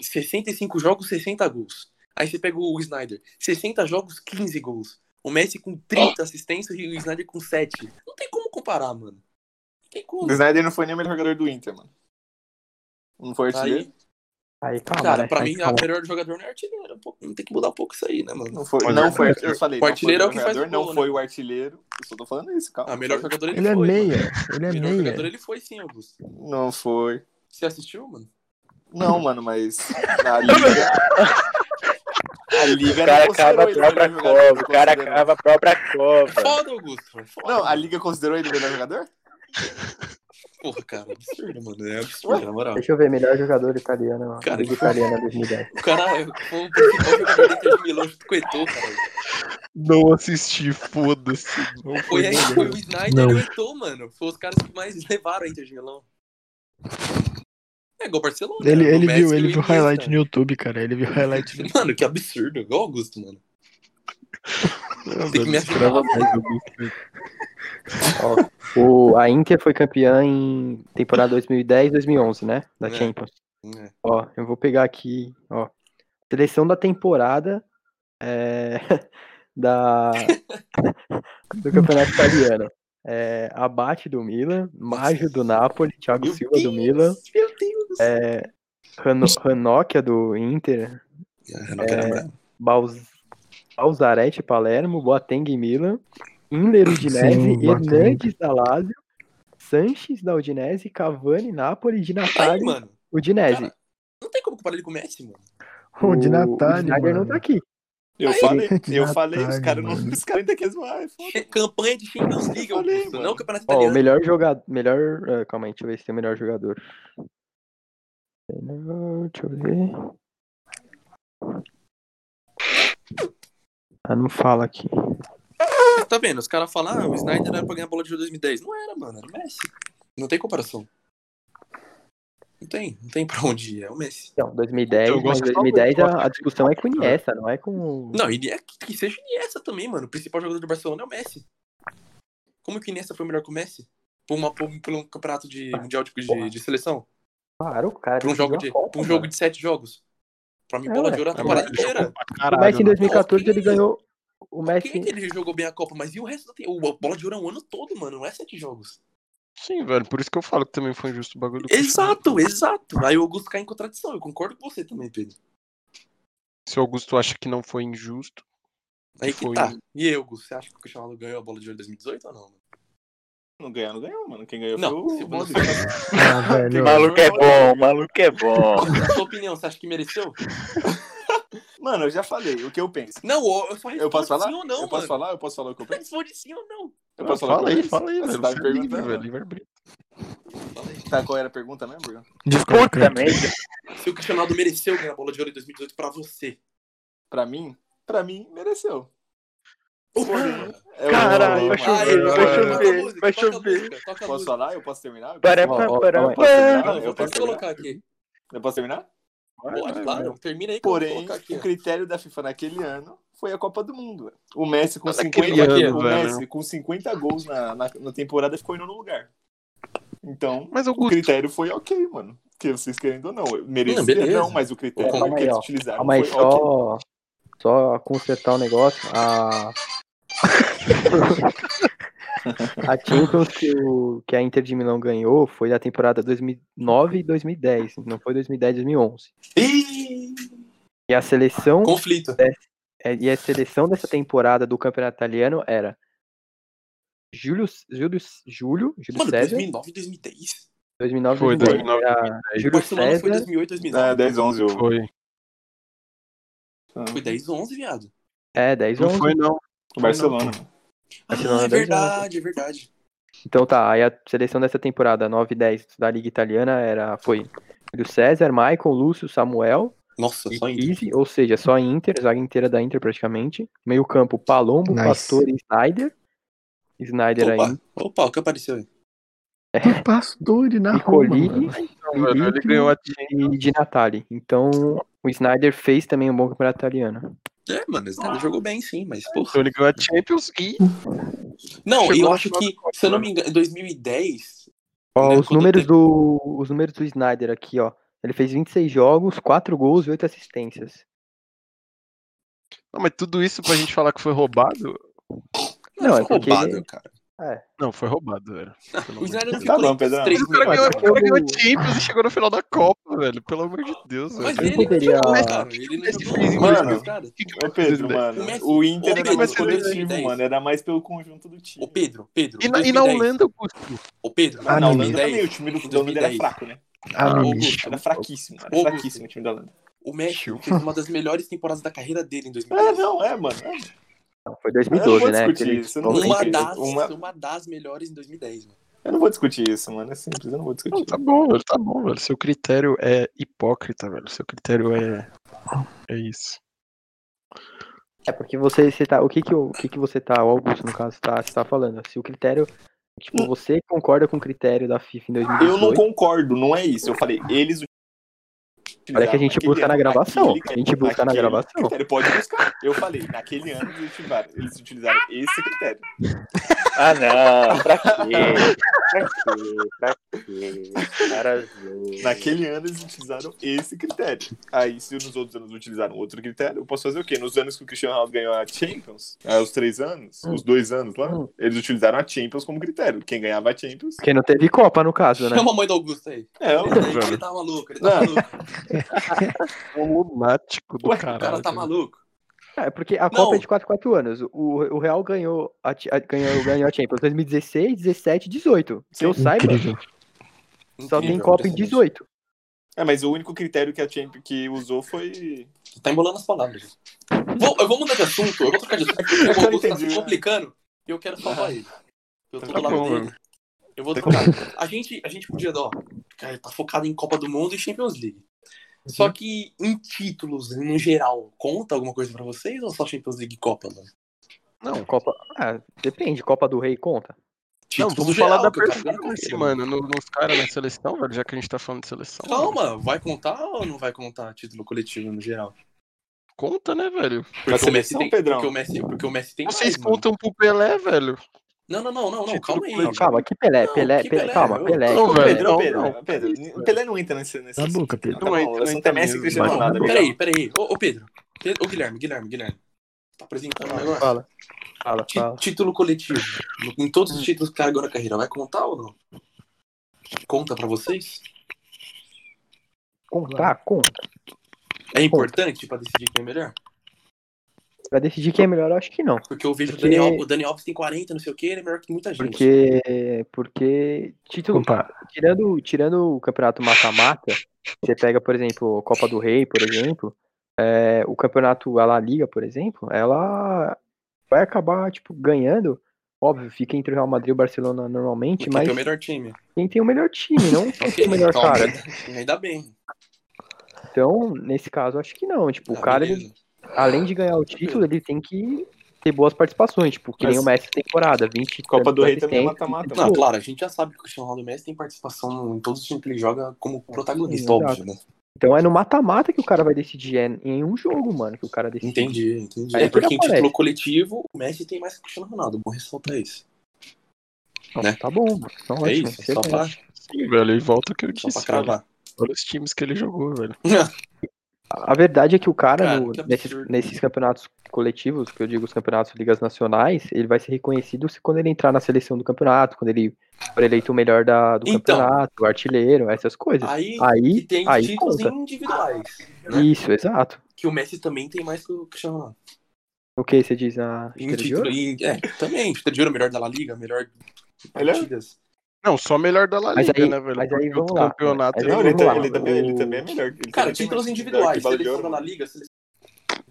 S4: 65 jogos, 60 gols. Aí você pega o Snyder, 60 jogos, 15 gols. O Messi com 30 assistências e o Snyder com 7. Não tem como comparar, mano. Não tem como.
S3: o Snyder não foi nem o melhor jogador do Inter, mano. Não foi artilheiro?
S4: Aí,
S1: Aí,
S5: Ah,
S1: calma,
S4: cara,
S1: né?
S4: pra
S1: Aí,
S4: mim, o
S1: calma.
S4: melhor jogador não é artilheiro. Pô, Não tem que mudar um pouco isso aí, né, mano?
S3: Não foi,
S2: Mas
S3: não
S2: eu-
S3: foi artilheiro. Eu falei,
S4: o artilheiro
S3: não
S4: é o que
S3: foi
S4: faz
S3: jogador, não
S4: gol, né?
S3: foi o artilheiro. Eu só tô falando isso, calma.
S4: Ah,
S3: Não
S4: melhor
S3: foi.
S4: jogador ele,
S5: Ele é
S4: foi.
S5: meia. Ele
S4: Mano.
S5: é
S4: melhor jogador
S5: meia.
S4: ele foi sim, Augusto.
S3: Não foi.
S4: Você assistiu, mano?
S3: Não, mano, mas na liga. A liga não
S6: O cara
S3: considerou
S6: cava a
S3: ele melhor
S6: própria
S3: jogador,
S6: cova. O cara
S3: considerou.
S6: cava a própria
S4: É
S6: cova.
S4: foda, Augusto. É foda.
S3: Não, a liga considerou ele o melhor jogador?
S4: Porra, cara, absurdo, mano. É absurdo, na moral.
S1: Deixa eu ver, melhor jogador italiano.
S4: Cara,
S1: Liga italiana 2010.
S4: O cara foi o principal jogador da Inter de Milão junto com o Eto'o, cara.
S2: Não assisti, foda-se. Não
S4: Foi
S2: foi.
S4: aí, foi o Snyder
S5: Não.
S4: e o Eto'o, mano. Foi os caras que mais levaram a Inter de Milão. É igual o Barcelona.
S5: Ele,
S4: cara.
S5: ele
S4: O Messi
S5: viu,
S4: e
S5: ele
S4: o
S5: viu
S4: Iniesta.
S5: highlight no YouTube, cara. Ele viu highlight no
S4: Mano, que absurdo. Igual o Augusto, mano.
S2: Não,
S4: Tem que me
S2: velho,
S4: ajudar.
S1: O, a Inter foi campeã em temporada 2010, 2011, né? Da
S4: É.
S1: Champions.
S4: É.
S1: Ó, eu vou pegar aqui, ó. Seleção da temporada é, da, do Campeonato Italiano. É, Abate do Milan, Maggio do Napoli, Thiago
S4: Meu
S1: Silva do
S4: Deus,
S1: Milan,
S4: Meu Deus.
S1: é, Rano- Ranocchia do Inter,
S4: Eu não quero lembrar.
S1: Baus- Balzarete Palermo, Boateng e Milan, Inler Udinese,
S5: Sim, Boateng.
S1: Hernandes da Lazio, Sanches da Udinese, Cavani, Napoli, Di
S4: Aí,
S1: Natale,
S4: mano.
S1: Udinese.
S4: Cara, não tem como comparar ele com o Messi, mano.
S5: O tá de
S1: o
S5: Natália,
S1: Snyder não
S5: mano.
S1: tá aqui.
S3: Eu falei, eu
S7: Já
S3: falei,
S7: tá,
S3: os caras não.
S7: mano.
S3: Os caras ainda querem zoar. é foda.
S4: Campanha de Champions League,
S3: Eu falei,
S4: Augusto,
S3: mano.
S4: não Campeonato
S1: Ó, o
S4: Italiano.
S1: melhor jogador. Melhor. ah, calma aí, deixa eu ver se tem o melhor jogador. Melhor, Deixa eu ver. Ah, não fala aqui.
S4: Tá vendo? Os caras falam, ah, o Snyder era pra ganhar a bola de ouro 2010. Não era, mano, era o Messi. Não tem comparação. Não tem, não tem pra onde ir, é o Messi.
S1: Então, 2010.
S2: Eu
S1: mas
S2: gosto que tá
S1: 2010
S2: muito, eu
S1: a, a discussão é com o Iniesta, não é com.
S4: Não, e é que, que seja o Iniesta também, mano. O principal jogador do Barcelona é o Messi. Como que o Iniesta foi melhor que o Messi? Por, uma, por, por um campeonato de mundial de, de, de seleção?
S1: Claro, cara.
S4: Por um jogo de, por um jogo de sete jogos? Pra mim, bola de ouro é a
S2: É,
S4: temporada
S2: mano, ele jogou
S4: inteira.
S2: pra
S1: O
S2: caralho,
S1: Messi em
S2: né?
S1: 2014 ele ganhou. O
S4: Quem é
S1: Messi.
S4: que ele jogou bem a Copa? Mas e o resto da temporada? O bola de ouro é um ano todo, mano. Não é sete jogos.
S2: Sim, velho. Por isso que eu falo que também foi injusto o bagulho do
S4: Exato, exato. Aí o Augusto cai em contradição. Eu concordo com você também, Pedro.
S2: Se o Augusto acha que não foi injusto,
S4: Aí
S2: Foi.
S4: que tá. E eu, Augusto, você acha que o Cristiano Ronaldo ganhou a bola de ouro em 2018 ou não? mano?
S3: Não ganhou, não ganhou, mano. Quem ganhou
S4: Não,
S3: foi
S4: se
S3: o
S4: você-
S3: Modric.
S7: Ah,
S6: O
S7: velho.
S6: maluco é bom, o maluco é bom.
S4: Na sua opinião, você acha que mereceu?
S3: Mano, eu já falei o que eu penso.
S4: Não, eu eu só respondo
S3: Eu posso falar?
S4: sim ou não,
S3: eu posso
S4: mano.
S3: falar? Eu posso falar o que eu penso?
S4: Responde sim ou não.
S3: Eu
S2: Ah,
S3: posso falar o
S2: fala
S3: que eu
S2: aí,
S3: penso?
S2: fala aí,
S3: Você
S2: velho.
S3: tá
S2: Você
S3: me
S2: é livre,
S3: perguntando.
S2: velho. Livre arbítrio.
S3: Tá, qual era a pergunta mesmo, Bruno?
S5: Discord,
S6: Puta
S5: cara.
S6: merda.
S4: Se o Cristiano Ronaldo mereceu ganhar a bola de ouro em 2018 pra você.
S3: Pra mim? Pra mim, mereceu. Porém, é o-
S6: Caralho, vai
S3: Mas-
S6: chover,
S4: eu-
S6: vai
S4: toca a
S6: chover,
S4: música,
S6: vai
S4: toca a
S6: chover.
S4: música, Toca a
S3: Posso
S4: música.
S3: falar? Eu posso terminar? Eu posso
S6: Pará,
S3: terminar?
S6: pará,
S1: Ó, ó,
S6: pará,
S1: ó,
S6: pará.
S4: Não,
S3: eu posso
S4: eu posso
S3: terminar?
S4: colocar aqui.
S3: Eu posso terminar?
S4: Pode, claro. Termina aí que eu vou
S3: Porém,
S4: colocar aqui.
S3: o critério da FIFA naquele ano foi a Copa do Mundo. velho. O Messi com,
S2: Mas
S3: 50,
S2: naquele ano,
S3: o
S2: velho.
S3: Messi com 50 gols na, na, na temporada ficou em nono lugar. Então,
S2: Mas
S3: o
S2: Augusto,
S3: critério foi ok, mano. Que vocês querendo ou não. Merecia
S4: Não, beleza.
S3: não, mas o critério
S4: Calma
S3: que
S1: aí,
S3: eles
S1: ó.
S3: utilizaram
S1: Calma aí,
S3: foi ok.
S1: só. Só consertar o negócio. A. a Champions que, o, que a Inter de Milão ganhou foi da temporada 2009 e 2010. Não foi 2010 e 2011.
S4: Ih,
S1: E a seleção.
S4: conflito.
S1: É, E a seleção dessa temporada do Campeonato Italiano era Júlio, Júlio, Júlio, Júlio
S4: Mano,
S1: César,
S4: 2009, 2010.
S1: 2009,
S2: Foi,
S1: 2010.
S2: 2009,
S1: Era
S4: O
S1: Júlio
S4: Barcelona foi
S1: César,
S4: 2008, 2009.
S3: É, 10, 11 o...
S2: foi.
S4: Foi 10, 11, viado.
S1: é, 10
S2: Não
S1: 11.
S2: foi, não.
S3: o Barcelona.
S1: Barcelona
S4: Ah, é
S1: 10,
S4: verdade, é verdade.
S1: Então tá, aí a seleção dessa temporada 9 10 da Liga Italiana era, foi Júlio César, Maicon, Lúcio, Samuel
S4: Nossa, só
S1: e
S4: em
S1: Izzy, ou seja, só Inter, zaga inteira da Inter praticamente. Meio campo, Palombo,
S7: Nice.
S1: Pastor e Snyder. Snyder ainda.
S4: Opa, opa, o que apareceu aí?
S7: Pastor
S5: Ah,
S7: na Roma,
S1: Nicolini,
S7: mano.
S2: Não, velho, ele
S1: Felipe
S2: ganhou a Champions.
S1: e de Natali. Então, o Snyder fez também um bom campeonato italiano.
S4: É, mano, esse cara jogou bem sim, mas porra.
S2: Então ele ganhou a Champions e
S4: Não,
S2: Chegou
S4: eu
S2: na
S4: acho
S2: final
S4: que, se eu não me engano, em 2010.
S1: Ó,
S4: né,
S1: os,
S4: quando
S1: números
S4: teve-
S1: do, os números do Snyder aqui, ó. Ele fez 26 jogos, 4 gols e 8 assistências.
S2: Não, mas tudo isso pra gente falar que foi roubado?
S1: Não,
S4: Não,
S1: é
S4: foi
S1: porque-
S4: roubado, cara.
S2: Não, foi roubado, velho.
S4: O Snyder não
S3: Tá
S4: ficou
S3: bom,
S4: nem
S3: Pedrão.
S4: três
S2: O cara
S4: meses.
S2: ganhou, o cara
S1: eu-
S2: ganhou a Champions e chegou no final da Copa, velho. Pelo amor de Deus,
S4: Mas
S2: velho.
S1: Eu
S4: ele não
S1: poderia-
S4: jogou, cara. Ele não
S2: Esse
S4: jogou.
S2: fez-
S4: Mano,
S3: Mano.
S4: cara.
S3: Ô, Pedro, mano,
S4: O Messi-
S3: o Inter
S4: o
S3: era mais
S4: Messi foi
S3: coletivo,
S4: 2010.
S3: mano. Era mais pelo conjunto do time.
S4: Ô, Pedro, Pedro.
S2: E na, e na
S4: 2010.
S2: Holanda, Augusto?
S4: Ô, Pedro,
S7: Ah,
S3: na
S7: não,
S3: Holanda
S4: 2010.
S3: também, o time do- da Holanda era
S4: 2010.
S3: fraco, né?
S7: Ah, bicho.
S4: Ô, Augusto,
S3: Era fraquíssimo, era
S4: Ô,
S3: fraquíssimo o time da Holanda.
S4: O Messi
S2: Chiu.
S4: fez uma das melhores temporadas da carreira dele em
S3: É,
S4: 2010.
S3: não, é, mano. é.
S1: Não, foi
S3: Eu não
S1: 2012,
S3: vou
S1: né?
S3: discutir
S1: Aquele-
S3: isso, eu não vou
S1: Bom,
S4: Uma
S3: discutir.
S4: das, uma...
S3: Uma-
S4: das melhores em 2010, mano.
S3: Eu não vou discutir isso, mano. É simples, eu não vou discutir.
S2: Não, tá bom, velho. Tá bom, velho. Seu critério é hipócrita, velho. Seu critério é. É isso.
S1: É porque você, você tá. O que que, o, o que que você tá, o Augusto, no caso, tá, você tá falando? Se o critério.
S4: Hum.
S1: Tipo, você concorda com o critério da FIFA em 2018?
S3: Eu não concordo, não é isso. Eu falei, eles.
S1: Olha que a gente
S3: utilizaram
S1: busca na
S3: aquele-
S1: gravação.
S3: aquele-
S1: A gente busca na
S3: aquele
S1: gravação.
S3: Critério, pode buscar. Eu falei, naquele ano eles utilizaram, eles utilizaram esse critério.
S6: Ah, não. Pra quê? Pra quê? Pra quê? Cara zoa.
S3: Naquele ano eles utilizaram esse critério. Aí, se nos outros anos utilizaram outro critério, eu posso fazer o quê? Nos anos que o Cristiano Ronaldo ganhou a Champions, ah, os três anos, os dois anos lá,
S1: Hum.
S3: eles utilizaram a Champions como critério. Quem ganhava a Champions.
S1: Porque não teve Copa, no caso, né?
S4: Chama a mãe do Augusto aí.
S3: É,
S4: Ele, tá- ele tá maluco, ele tá
S3: Não.
S4: maluco.
S2: Um lunático do
S3: Ué, o
S4: O cara
S2: caralho.
S4: tá maluco.
S1: É, porque a Copa
S4: Não.
S1: é de 4 4 anos. O, o Real ganhou a, Ti- a- ganhou, ganhou a Champions 2016, 17 e 18. Que eu saiba,
S5: Incrível.
S1: só tem
S4: Incrível,
S1: Copa em
S4: impressionante.
S1: 18.
S3: É, mas o único critério que a Champions que usou foi.
S4: Tá embolando as palavras. Vou- eu vou mudar de assunto, eu vou trocar de assunto. porque O
S3: cara
S4: Augusto tá
S3: entendi,
S4: se
S3: né?
S4: complicando e eu quero salvar ele. Eu tô
S2: Tá
S4: do lado
S2: bom,
S4: dele. Eu vou trocar. A gente, a gente podia, ó, cara, tá focado em Copa do Mundo e Champions League. Só que em títulos, no geral, conta alguma coisa pra vocês ou só Champions League e Copa, mano?
S1: Não, Copa. Ah, depende, Copa do Rei conta.
S2: Não,
S4: Títulos
S2: vamos
S4: no
S2: falar da
S4: é que eu quero ver.
S2: performance, mano, no- nos caras na seleção, velho, já que a gente tá falando de seleção.
S4: Calma, vai contar ou não vai contar título coletivo no geral?
S2: Conta, né, velho?
S4: Porque o Messi
S3: seleção,
S4: tem,
S3: Pedrão?
S4: porque o Messi, porque o Messi tem
S2: Vocês
S4: mais, mano.
S2: contam pro Pelé, velho.
S4: Não, não, não, não, não,
S2: Título
S4: calma aí.
S1: Não, calma, que Pelé,
S4: Não,
S1: Pelé,
S4: que
S1: Pelé,
S4: Pelé,
S1: calma,
S4: eu-
S1: Pelé.
S2: Não, velho,
S3: Pedrão,
S2: não,
S3: Pedro,
S2: não.
S3: Pedro,
S2: Isso,
S3: Pelé não entra nesse. nesse
S5: Cala a boca, Pedro.
S3: Tá
S2: Não
S3: bom,
S2: entra,
S3: o
S2: não
S3: assunto
S2: entra
S3: é Messi e
S2: mesmo.
S3: Cristiano
S7: Mas-
S3: Ronaldo. legal.
S4: Peraí, peraí. Ô, ô Pedro. Pe- Ô Guilherme, Guilherme, Guilherme. Tá apresentando o negócio?
S1: Fala, fala,
S4: Ti-
S1: fala.
S4: Título coletivo. No- Em todos os títulos que carregou na carreira, vai contar ou não? Conta pra vocês?
S1: Contar, conta.
S4: É importante pra decidir quem é melhor?
S1: Pra decidir quem é melhor, eu acho que não.
S4: Porque eu vejo
S1: Porque-
S4: o, Daniel, o Daniel Alves tem 40, não sei o que, ele é melhor que muita gente.
S1: Porque, porque título,
S5: Opa,
S1: tirando, tirando o campeonato mata-mata, você pega, por exemplo, Copa do Rei, por exemplo, é, o campeonato, a La Liga, por exemplo, ela vai acabar, tipo, ganhando. Óbvio, fica entre o Real Madrid e o Barcelona normalmente,
S4: Porque
S1: mas
S4: tem o melhor time.
S1: quem tem o melhor time, não quem tem o melhor
S4: Então,
S1: cara.
S4: Ainda bem.
S1: Então, nesse caso, acho que não. Tipo, o
S4: Ah,
S1: cara, ele,
S4: beleza.
S1: além de ganhar o título, ele tem que ter boas participações, tipo, que nem
S3: Mas-
S1: o Messi temporada, 20
S3: Copa do Rei também é
S1: assistências,
S3: mata-mata,
S4: Não,
S3: mano.
S4: claro, a gente já sabe que o Cristiano Ronaldo e o Messi tem participação em todos os times que ele joga como protagonista,
S1: Exato.
S4: óbvio, né?
S1: Então é no mata-mata que o cara vai decidir, é em um jogo, mano, que o cara decide.
S4: Entendi, entendi.
S1: Aí
S4: É porque
S1: ele
S4: em
S1: aparece.
S4: título coletivo, o Messi tem mais que o Cristiano Ronaldo. Bom ressaltar isso.
S1: Então,
S4: né?
S1: Tá bom, mano. Então,
S4: é
S1: ótimo,
S4: isso, só
S1: excelente.
S4: pra,
S2: Sim, velho, e volta o que eu
S4: só pra
S2: disse, velho.
S4: cravar.
S2: Olha os times que ele jogou, velho.
S1: A verdade é que o cara,
S4: Cara,
S1: no-
S4: que
S1: nesses,
S4: absurdo.
S1: nesses campeonatos coletivos, que eu digo os campeonatos ligas nacionais, ele vai ser reconhecido se quando ele entrar na seleção do campeonato, quando ele for eleito o melhor da- do
S4: Então. Ah,
S1: campeonato, o artilheiro, essas coisas.
S4: Aí,
S1: Aí-
S4: que tem
S1: aí
S4: títulos
S1: conta.
S4: individuais.
S1: Isso, exato.
S4: Que o Messi também tem mais que o Cristiano Ronaldo.
S1: O que você diz na
S4: Em
S1: Estrela de Ouro?
S4: título, em, é, também. Título de ouro, melhor da La Liga, melhor de
S3: Melhor?
S4: partidas.
S2: Não, só melhor da La
S1: Mas
S2: Liga,
S1: aí-
S2: né, velho?
S1: mas aí
S2: Porque
S1: vamos
S2: outro
S1: lá,
S2: campeonato é
S1: mas aí
S3: Não,
S2: ele
S3: ele,
S1: vamos
S3: tá-
S1: lá,
S3: ele
S1: mano.
S3: também, ele
S1: O-
S3: também é melhor. Ele
S4: Cara,
S3: também tem
S4: títulos
S3: mais-
S4: individuais.
S3: melhor que Bola de
S4: Seleção da La
S3: Ouro.
S4: Liga, seleção...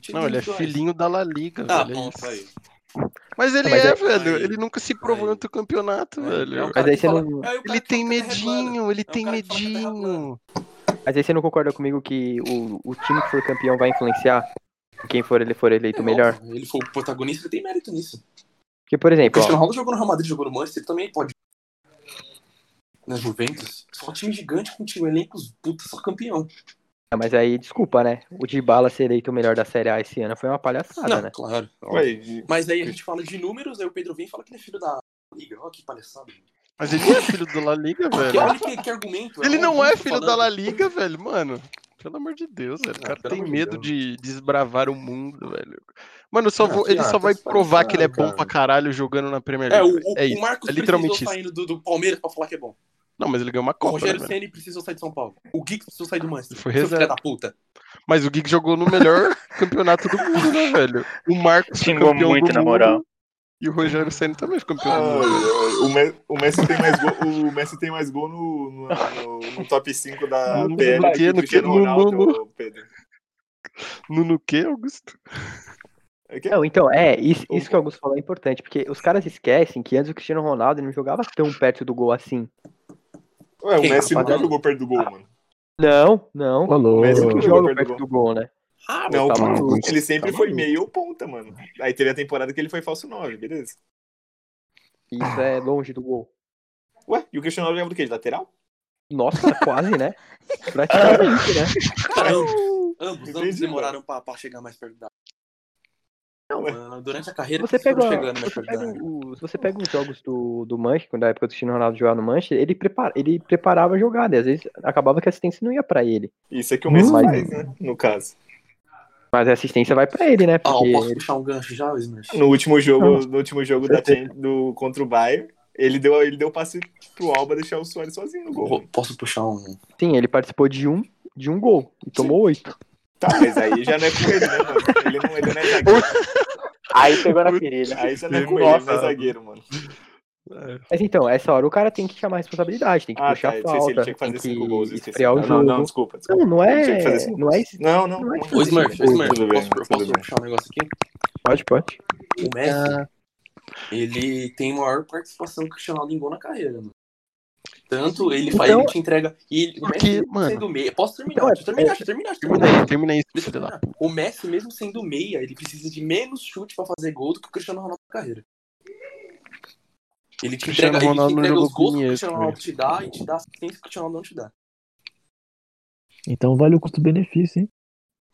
S4: títulos
S2: Não, ele é
S4: individuais.
S2: filhinho da La Liga,
S4: Ah,
S2: velho. é
S4: bom,
S2: isso.
S4: tá aí.
S2: Mas ele
S1: Mas
S2: é,
S1: é-
S2: velho.
S4: aí-
S2: Ele nunca se provou
S4: aí.
S2: no outro campeonato, velho.
S4: É um
S1: Mas
S4: cara
S1: aí
S4: que
S1: você
S4: fala-
S1: não-
S4: é o cara
S2: Ele
S4: que
S2: tem
S4: fala que a terra é plana.
S2: medinho, ele tem
S4: cara que fala que a terra é
S2: medinho.
S1: Mas aí você não concorda comigo que o, o time que for campeão vai influenciar quem for ele for eleito o melhor?
S4: Óbvio, Ele foi É o protagonista, ele tem mérito nisso.
S1: Porque, por
S4: O
S1: exemplo, ó,
S4: Cristiano Ronaldo jogou no Real Madrid, jogou no Manchester, ele também pode. Na Juventus, só um time gigante com time elencos, puta, só campeão.
S1: ah, mas aí, desculpa, né? O Dybala ser eleito o melhor da Série A esse ano foi uma palhaçada,
S4: Não,
S1: né?
S4: claro.
S2: é
S3: Ué,
S4: Mas aí a gente fala de números, aí o Pedro vem e fala que ele é filho da Liga. Olha que palhaçada.
S2: Mas ele não é filho da La Liga,
S4: Que,
S2: velho.
S4: olha que, que argumento.
S2: Ele
S4: um
S2: não é
S4: argumento
S2: filho da
S4: falando. Ah,
S2: La Liga, velho, mano. Pelo amor de Deus, velho. O cara
S4: pelo
S2: tem
S4: amor de
S2: medo
S4: Deus.
S2: de desbravar o mundo, velho. Mano, só
S4: Ah,
S2: vou- ele
S4: fiado,
S2: só vai
S4: tá
S2: provar que ele é bom
S4: desgraçado,
S2: pra caralho jogando na Premier
S4: É,
S2: League.
S4: o,
S2: velho.
S4: o,
S2: É, isso.
S4: o Marcos
S2: É literalmente
S4: precisou
S2: isso.
S4: saindo do, do Palmeiras pra falar que é bom.
S2: Não, mas ele ganhou uma
S4: O
S2: Copa, né,
S4: Rogério
S2: velho.
S4: Ceni precisou sair de São Paulo. O Gui precisou sair do Manchester.
S2: Foi
S4: Seu
S2: reserva.
S4: filho da puta.
S2: Mas o Gig jogou no melhor campeonato do mundo, né, velho? O Marcos foi
S6: Xingou
S2: campeão
S6: muito,
S2: do
S6: na
S2: mundo,
S6: moral.
S2: E o Rogério Senna também foi campeão do
S3: Ah,
S2: mundo.
S3: o, Me- o Messi tem mais gol, o Messi tem mais gol no, no, no- no top 5 da
S2: No-
S3: PL
S2: no
S3: que
S2: quê?
S3: o
S2: No
S3: Cristiano
S2: quê? No-
S3: Ronaldo,
S2: no-
S3: ô, Pedro.
S2: No, no que, Augusto?
S3: É que-
S1: Não, então, é, isso,
S3: O-
S1: isso que o Augusto falou é importante, porque os caras esquecem que antes o Cristiano Ronaldo ele não jogava tão perto do gol assim.
S3: Ué, o
S4: Quem?
S3: Messi nunca
S1: Rapaziada. Ah,
S3: jogou perto do gol, mano.
S1: Não, não.
S5: alô.
S3: Mas o
S1: Não
S3: que-
S1: joga
S3: perto do
S1: perto do gol, né?
S4: Ah,
S3: Não, tipo,
S1: tá maluco.
S3: ele sempre
S1: Tá
S3: foi
S1: maluco.
S3: meio ou ponta, mano. Aí teve a temporada que ele foi falso 9, beleza.
S1: Isso é longe do gol.
S3: Ué, e o Cristiano Ronaldo jogava do quê? De lateral?
S1: Nossa, quase, né? Praticamente, né?
S4: Cara, ambos, ambos, ambos
S3: Entendi,
S4: demoraram pra, pra chegar mais perto da.
S1: Não,
S4: Mano,
S2: é.
S4: durante a carreira
S1: Você
S4: eles foram
S1: pega,
S4: chegando né, mais
S1: você
S4: perto da
S1: pega um
S4: área.
S1: o- se você pega os jogos do, do Manchester, quando a época do Cristiano Ronaldo jogava no Manchester, ele, prepara, ele preparava a jogada, e às vezes acabava que a assistência não ia pra ele.
S3: Isso é que o Messi
S1: Hum.
S3: faz, né? No caso.
S1: Mas a assistência vai pra ele, né?
S4: Ah,
S1: Porque
S4: eu posso puxar um gancho já, Smurf?
S3: No último
S1: Ah,
S3: jogo, no último jogo da Champions- do, contra o Bayern, ele deu, ele deu passe pro Alba deixar o Suárez sozinho no gol.
S4: Po- Posso puxar um.
S1: sim, ele participou de um, de um gol e tomou oito.
S3: Tá, mas aí já não é com ele, né, mano? Ele não, ele não é zagueiro.
S6: Aí pegou na ferida.
S3: Aí já não é com ele, ele
S6: Nossa.
S3: não é zagueiro, mano.
S1: Mas então, essa hora o cara tem que chamar a responsabilidade, tem que
S3: Ah,
S1: puxar
S3: tá.
S1: a
S3: Eu sei se ele
S1: falta,
S3: tinha que fazer
S1: tem
S3: cinco gols. eu
S1: que
S3: esqueci.
S1: estrear o
S3: Não, não,
S1: jogo.
S3: não, desculpa. desculpa.
S1: Não, não
S3: Tinha que fazer
S1: é.
S3: cinco
S1: Não é isso.
S3: Não, não.
S1: Não é
S4: Ô, Smurf, ô, Smurf,
S3: Tudo bem,
S4: posso,
S3: tudo
S4: posso
S3: bem.
S4: puxar um negócio aqui?
S1: Pode, pode.
S4: O
S2: Ah.
S4: Messi, ele tem maior participação que o Cristiano Ronaldo em gol na carreira, mano. Tanto ele faz,
S2: Então-
S4: ele te entrega. E ele, o
S2: Porque,
S4: Messi,
S2: mano-
S4: mesmo sendo meia. Posso terminar?
S1: Então, é-
S4: deixa eu terminar, deixa eu terminar, deixa eu
S2: Termina
S4: terminar.
S2: aí, termina aí,
S4: Deixa eu
S2: filho da
S4: terminar. O Messi, mesmo sendo meia, ele precisa de menos chute pra fazer gol do que o Cristiano Ronaldo na carreira. Ele te
S2: Cristiano
S4: entrega, ele te
S2: Ronaldo não
S4: entrega
S2: jogou
S4: os gols
S2: com
S4: que o
S2: Iniesta, né?
S4: Cristiano Ronaldo te dá e te dá assistência que o Cristiano Ronaldo não te dá.
S7: Então vale o custo-benefício, hein?